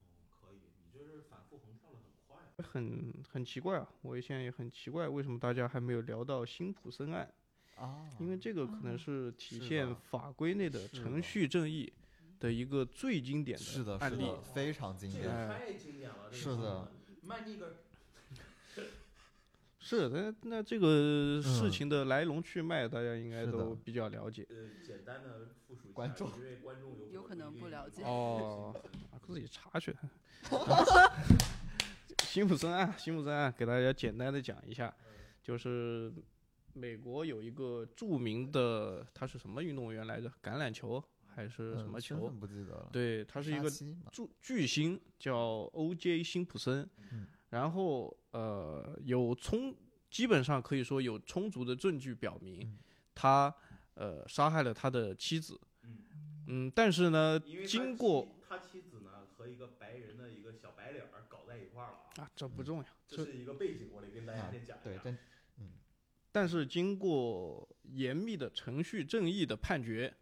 A: 嗯，可以，你这是反复横跳的很快。
D: 很很奇怪啊！我现在也很奇怪，为什么大家还没有聊到辛普森案？
B: 啊，
D: 因为这个可
C: 嗯
D: 能嗯是体
B: 是
D: 现
B: 的
D: 法规内的
B: 是
D: 程
B: 的
D: 序正义的一个最经典
B: 是的，
D: 案
B: 是
D: 例。
B: 的，非常经
A: 这
B: 典
A: 个。
D: 哎
A: 太经典了，这个
B: 是的
A: 案子，麦尼格
D: 是那那这个事
B: 嗯
D: 情的来龙去脉，大家应
B: 是
D: 该
B: 的
D: 都比较了解。
A: 呃，简单的复述一下
B: 观众
A: 因为观众有
C: 有可能
A: 一
C: 不
A: 定
C: 了解
D: 哦啊自己查去。 辛普森案，辛普森案，给大家简单的讲一下，
B: 嗯
D: 就是美国有一个著名的，他是什么运动员来着？橄榄球还是什
B: 嗯
D: 么
B: 身
D: 球？
B: 份不记得了。，
D: 对，他是一个
B: 个
D: 巨巨星叫 O.J. 辛普森，
B: 嗯
D: 然后呃有充基本上可以说有充足的证据表明、
B: 嗯
D: 他呃杀害了他的妻子
A: 嗯。
D: 嗯，但是呢，
A: 因为他
D: 经
A: 妻
D: 过
A: 他妻子呢和一个白人的一个小白领儿搞在一块儿了啊，
D: 啊，这不重要，
A: 这
D: 这
A: 是一个背景，我得跟大家
B: 啊
A: 先讲一下。
B: 对，真
D: 但是经过严密的程序正义的判决，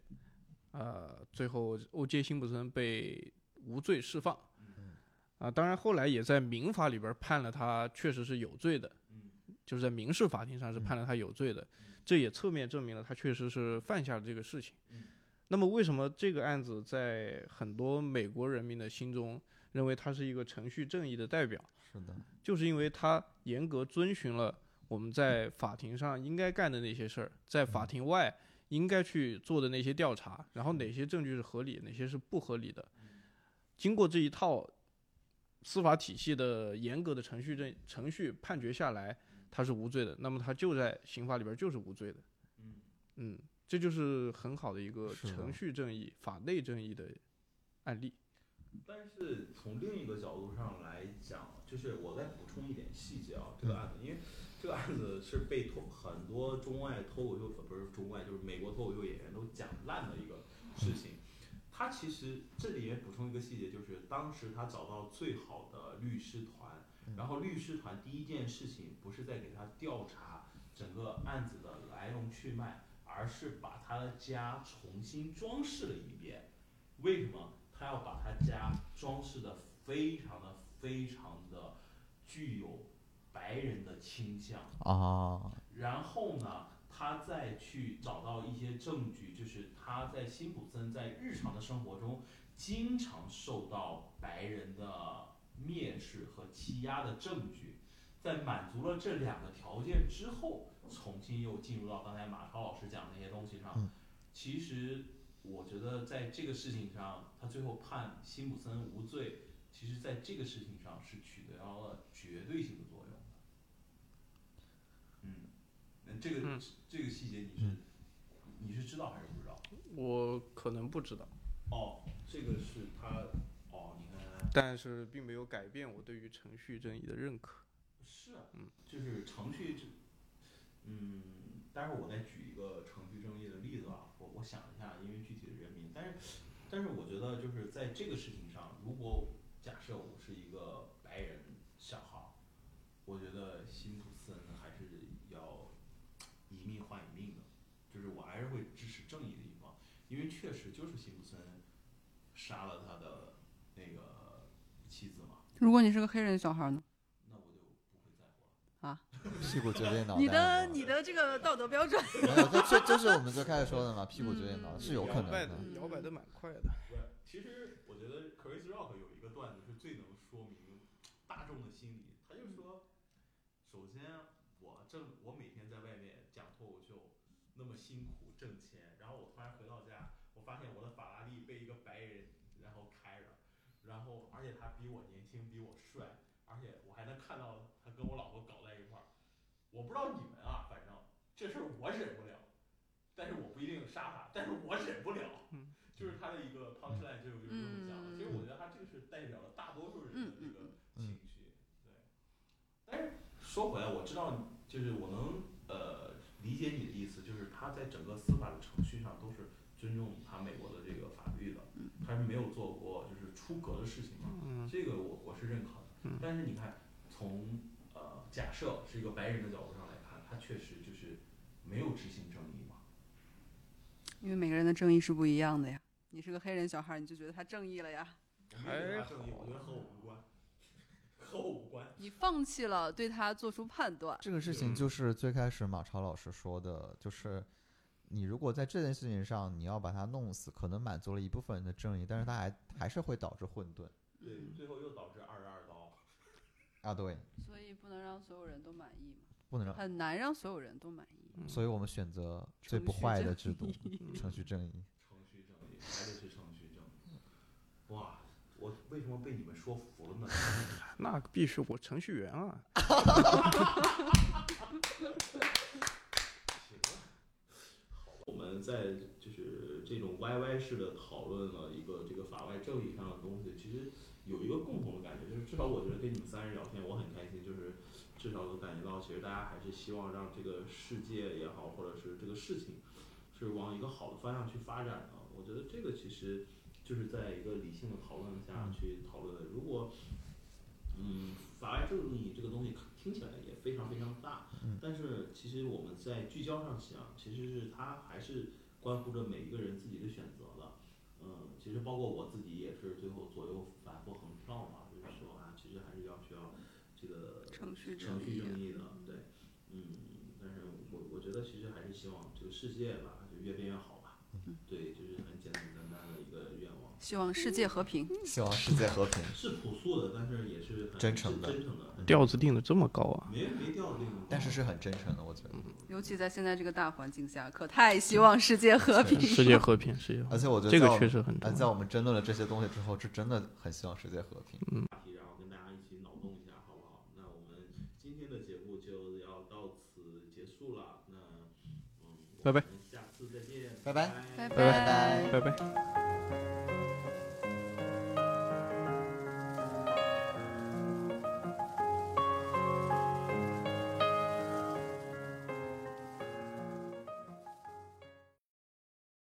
D: 呃，最后欧杰辛普森被无罪释放。
B: 嗯
D: 啊，当然后来也在民法里边判了他确实是有罪的，
A: 嗯
D: 就是在民事法庭上是判了他有罪的，这也侧面证明了他确实是犯下了这个事情
A: 嗯。
D: 那么为什么这个案子在很多美国人民的心中认为他是一个程序正义的代表？
B: 是的，
D: 就是因为他严格遵循了我们在法庭上应该干的那些事儿，在
B: 嗯
D: 法庭外应该去做的那些调查，然后哪些证据是合理，哪些是不合理的。经过这一套司法体系的严格的程序证程序判决下来，
B: 嗯
D: 他是无罪的，那么他就在刑法里边就是无罪的。
A: 嗯，
D: 嗯，这就是很好的一个
B: 是的啊
D: 程序正义、法内正义的案例。
A: 但是从另一个角度上来讲，就是我再补充一点细节啊，这个案子，因为这个案子是被脱很多中外脱口秀不是中外，就是美国脱口秀演员都讲烂的一个事情。他其实这里面补充一个细节，就是当时他找到最好的律师团，然后律师团第一件事情不是在给他调查整个案子的来龙去脉，而是把他的家重新装饰了一遍。为什么他要把他家装饰的非常的非常的具有白人的倾向？
B: 哦，
A: 然后呢，他再去找到一些证据，就是他在辛普森在日常的生活中经常受到白人的蔑视和欺压的证据。在满足了这两个条件之后，重新又进入到刚才马超老师讲的那些东西上。
B: 嗯
A: 其实我觉得在这个事情上，他最后判辛普森无罪，其实在这个事情上是起到了绝对性的作用的。嗯，那这个、
D: 嗯
A: 这个细节你是、你是知道还是不知道？
D: 我可能不知道，
A: 哦，这个是他哦，你看
D: 但是并没有改变我对于程序正义的认可。嗯
A: 是啊，就是程序这，嗯，待会儿我再举一个程序正义的例子啊，我我想一下，因为具体的人名，但是但是我觉得就是在这个事情上，如果假设我是一个白人小孩儿，我觉得辛普森还是要以命换一命的，就是我还是会支持正义的一方，因为确实就是辛普森杀了他的那个妻子嘛，
C: 如果你是个黑人小孩呢？
A: 那我就不会在乎了。
B: 屁股决定脑袋。
C: 你的你的这个道德标准，
B: 没有，这这这是我们最开始说的嘛，屁股决定脑袋
C: 嗯
B: 是有可能
D: 摆
B: 的
D: 的。
C: 嗯
D: 摇摆的蛮快的。
A: 对，其实我觉得 Chris Rock 有一个段子是最能说明大众的心理，嗯他就说，首先我挣我每天在外面讲脱口秀那么辛苦挣钱，然后我突然回到家，我发现我的法拉利被一个白人然后开着，然后而且他比我年轻，比我帅，而且我还能看到他跟我老婆搞在一块儿，我不知道你们啊，反正这事儿我忍不了。但是我不一定杀他，但是我忍不了，
D: 嗯
A: 就是他的一个 punchline 就有就是这么讲的。
C: 嗯
A: 其实我觉得他这个是代表了大多数人的这个情绪，对。但是说回来，我知道你就是我能呃理解你的意思，就是他在整个司法的程序上都是尊重他美国的这个法律的，他是没有做过就是出格的事情嘛。
D: 嗯，
A: 这个我我是认可的
D: 嗯。
A: 但是你看，从呃假设是一个白人的角度上来看，他确实就是没有执行正义嘛。
C: 因为每个人的正义是不一样的呀。你是个黑人小孩，你就觉得他正义了呀？
A: 没有正义，我觉得和我无关，和我无关。
C: 你放弃了对他做出判断，
B: 这个事情就是最开始马超老师说的，就是你如果在这件事情上你要把它弄死，可能满足了一部分人的正义，但是它还还是会导致混沌
A: 对，最后又导致二十二刀。
B: 啊。对，
C: 所以不能让所有人都满意嘛，
B: 不能让，
C: 很难让所有人都满意。
D: 嗯
B: 所以我们选择最不坏的制度，程序正义。
A: 程序正义，还得是程序正义。哇，我为什么被你们说服了呢？
D: 那必须我程序员啊。
A: 行吧好吧我们在就是这种 YY 式的讨论了一个这个法外正义上的东西，其实有一个共同的感觉，就是至少我觉得跟你们三人聊天，我很开心，就是至少都感觉到，其实大家还是希望让这个世界也好，或者是这个事情，就是往一个好的方向去发展啊。我觉得这个其实就是在一个理性的讨论下去讨论的。如果嗯，法外正义这个东西听起来也非常非常大，但是其实我们在聚焦上想，其实是它还是关乎着每一个人自己的选择的。嗯，其实包括我自己也是最后左右反复横跳嘛，就是说啊，其实还是要需要这个
C: 程序
A: 程
C: 正
A: 序
C: 义
A: 正义的，对，嗯，但是我我觉得其实还是希望这个世界吧，就越变越好吧，对，就是很简简单单的一个愿望，
C: 希望世界和平。
E: 希望世界和平。
A: 是朴素的，但是也是很
E: 真诚的
A: 真诚的，
D: 调子定的这么 高啊？
A: 没没掉那种，
E: 但是是很真诚的，我觉得。
D: 嗯
C: 尤其在现在这个大环境下，可太希望世界和平。
D: 世界和平，世界和
E: 而且我觉得
D: 这个
E: 啊在我们
D: 确实很
E: 呃
D: 重
E: 在
D: 要
E: 我们争论了这些东西之后，是真的很希望世界和平。
D: 嗯
A: 话题，然后跟大家一起脑洞一下，好不好？那我们今天的节目就要到此结束了，那嗯，我
D: 拜拜
A: 们下次再见，
E: 拜拜
A: 拜
C: 拜
D: 拜
E: 拜
D: 平，拜拜。
A: 拜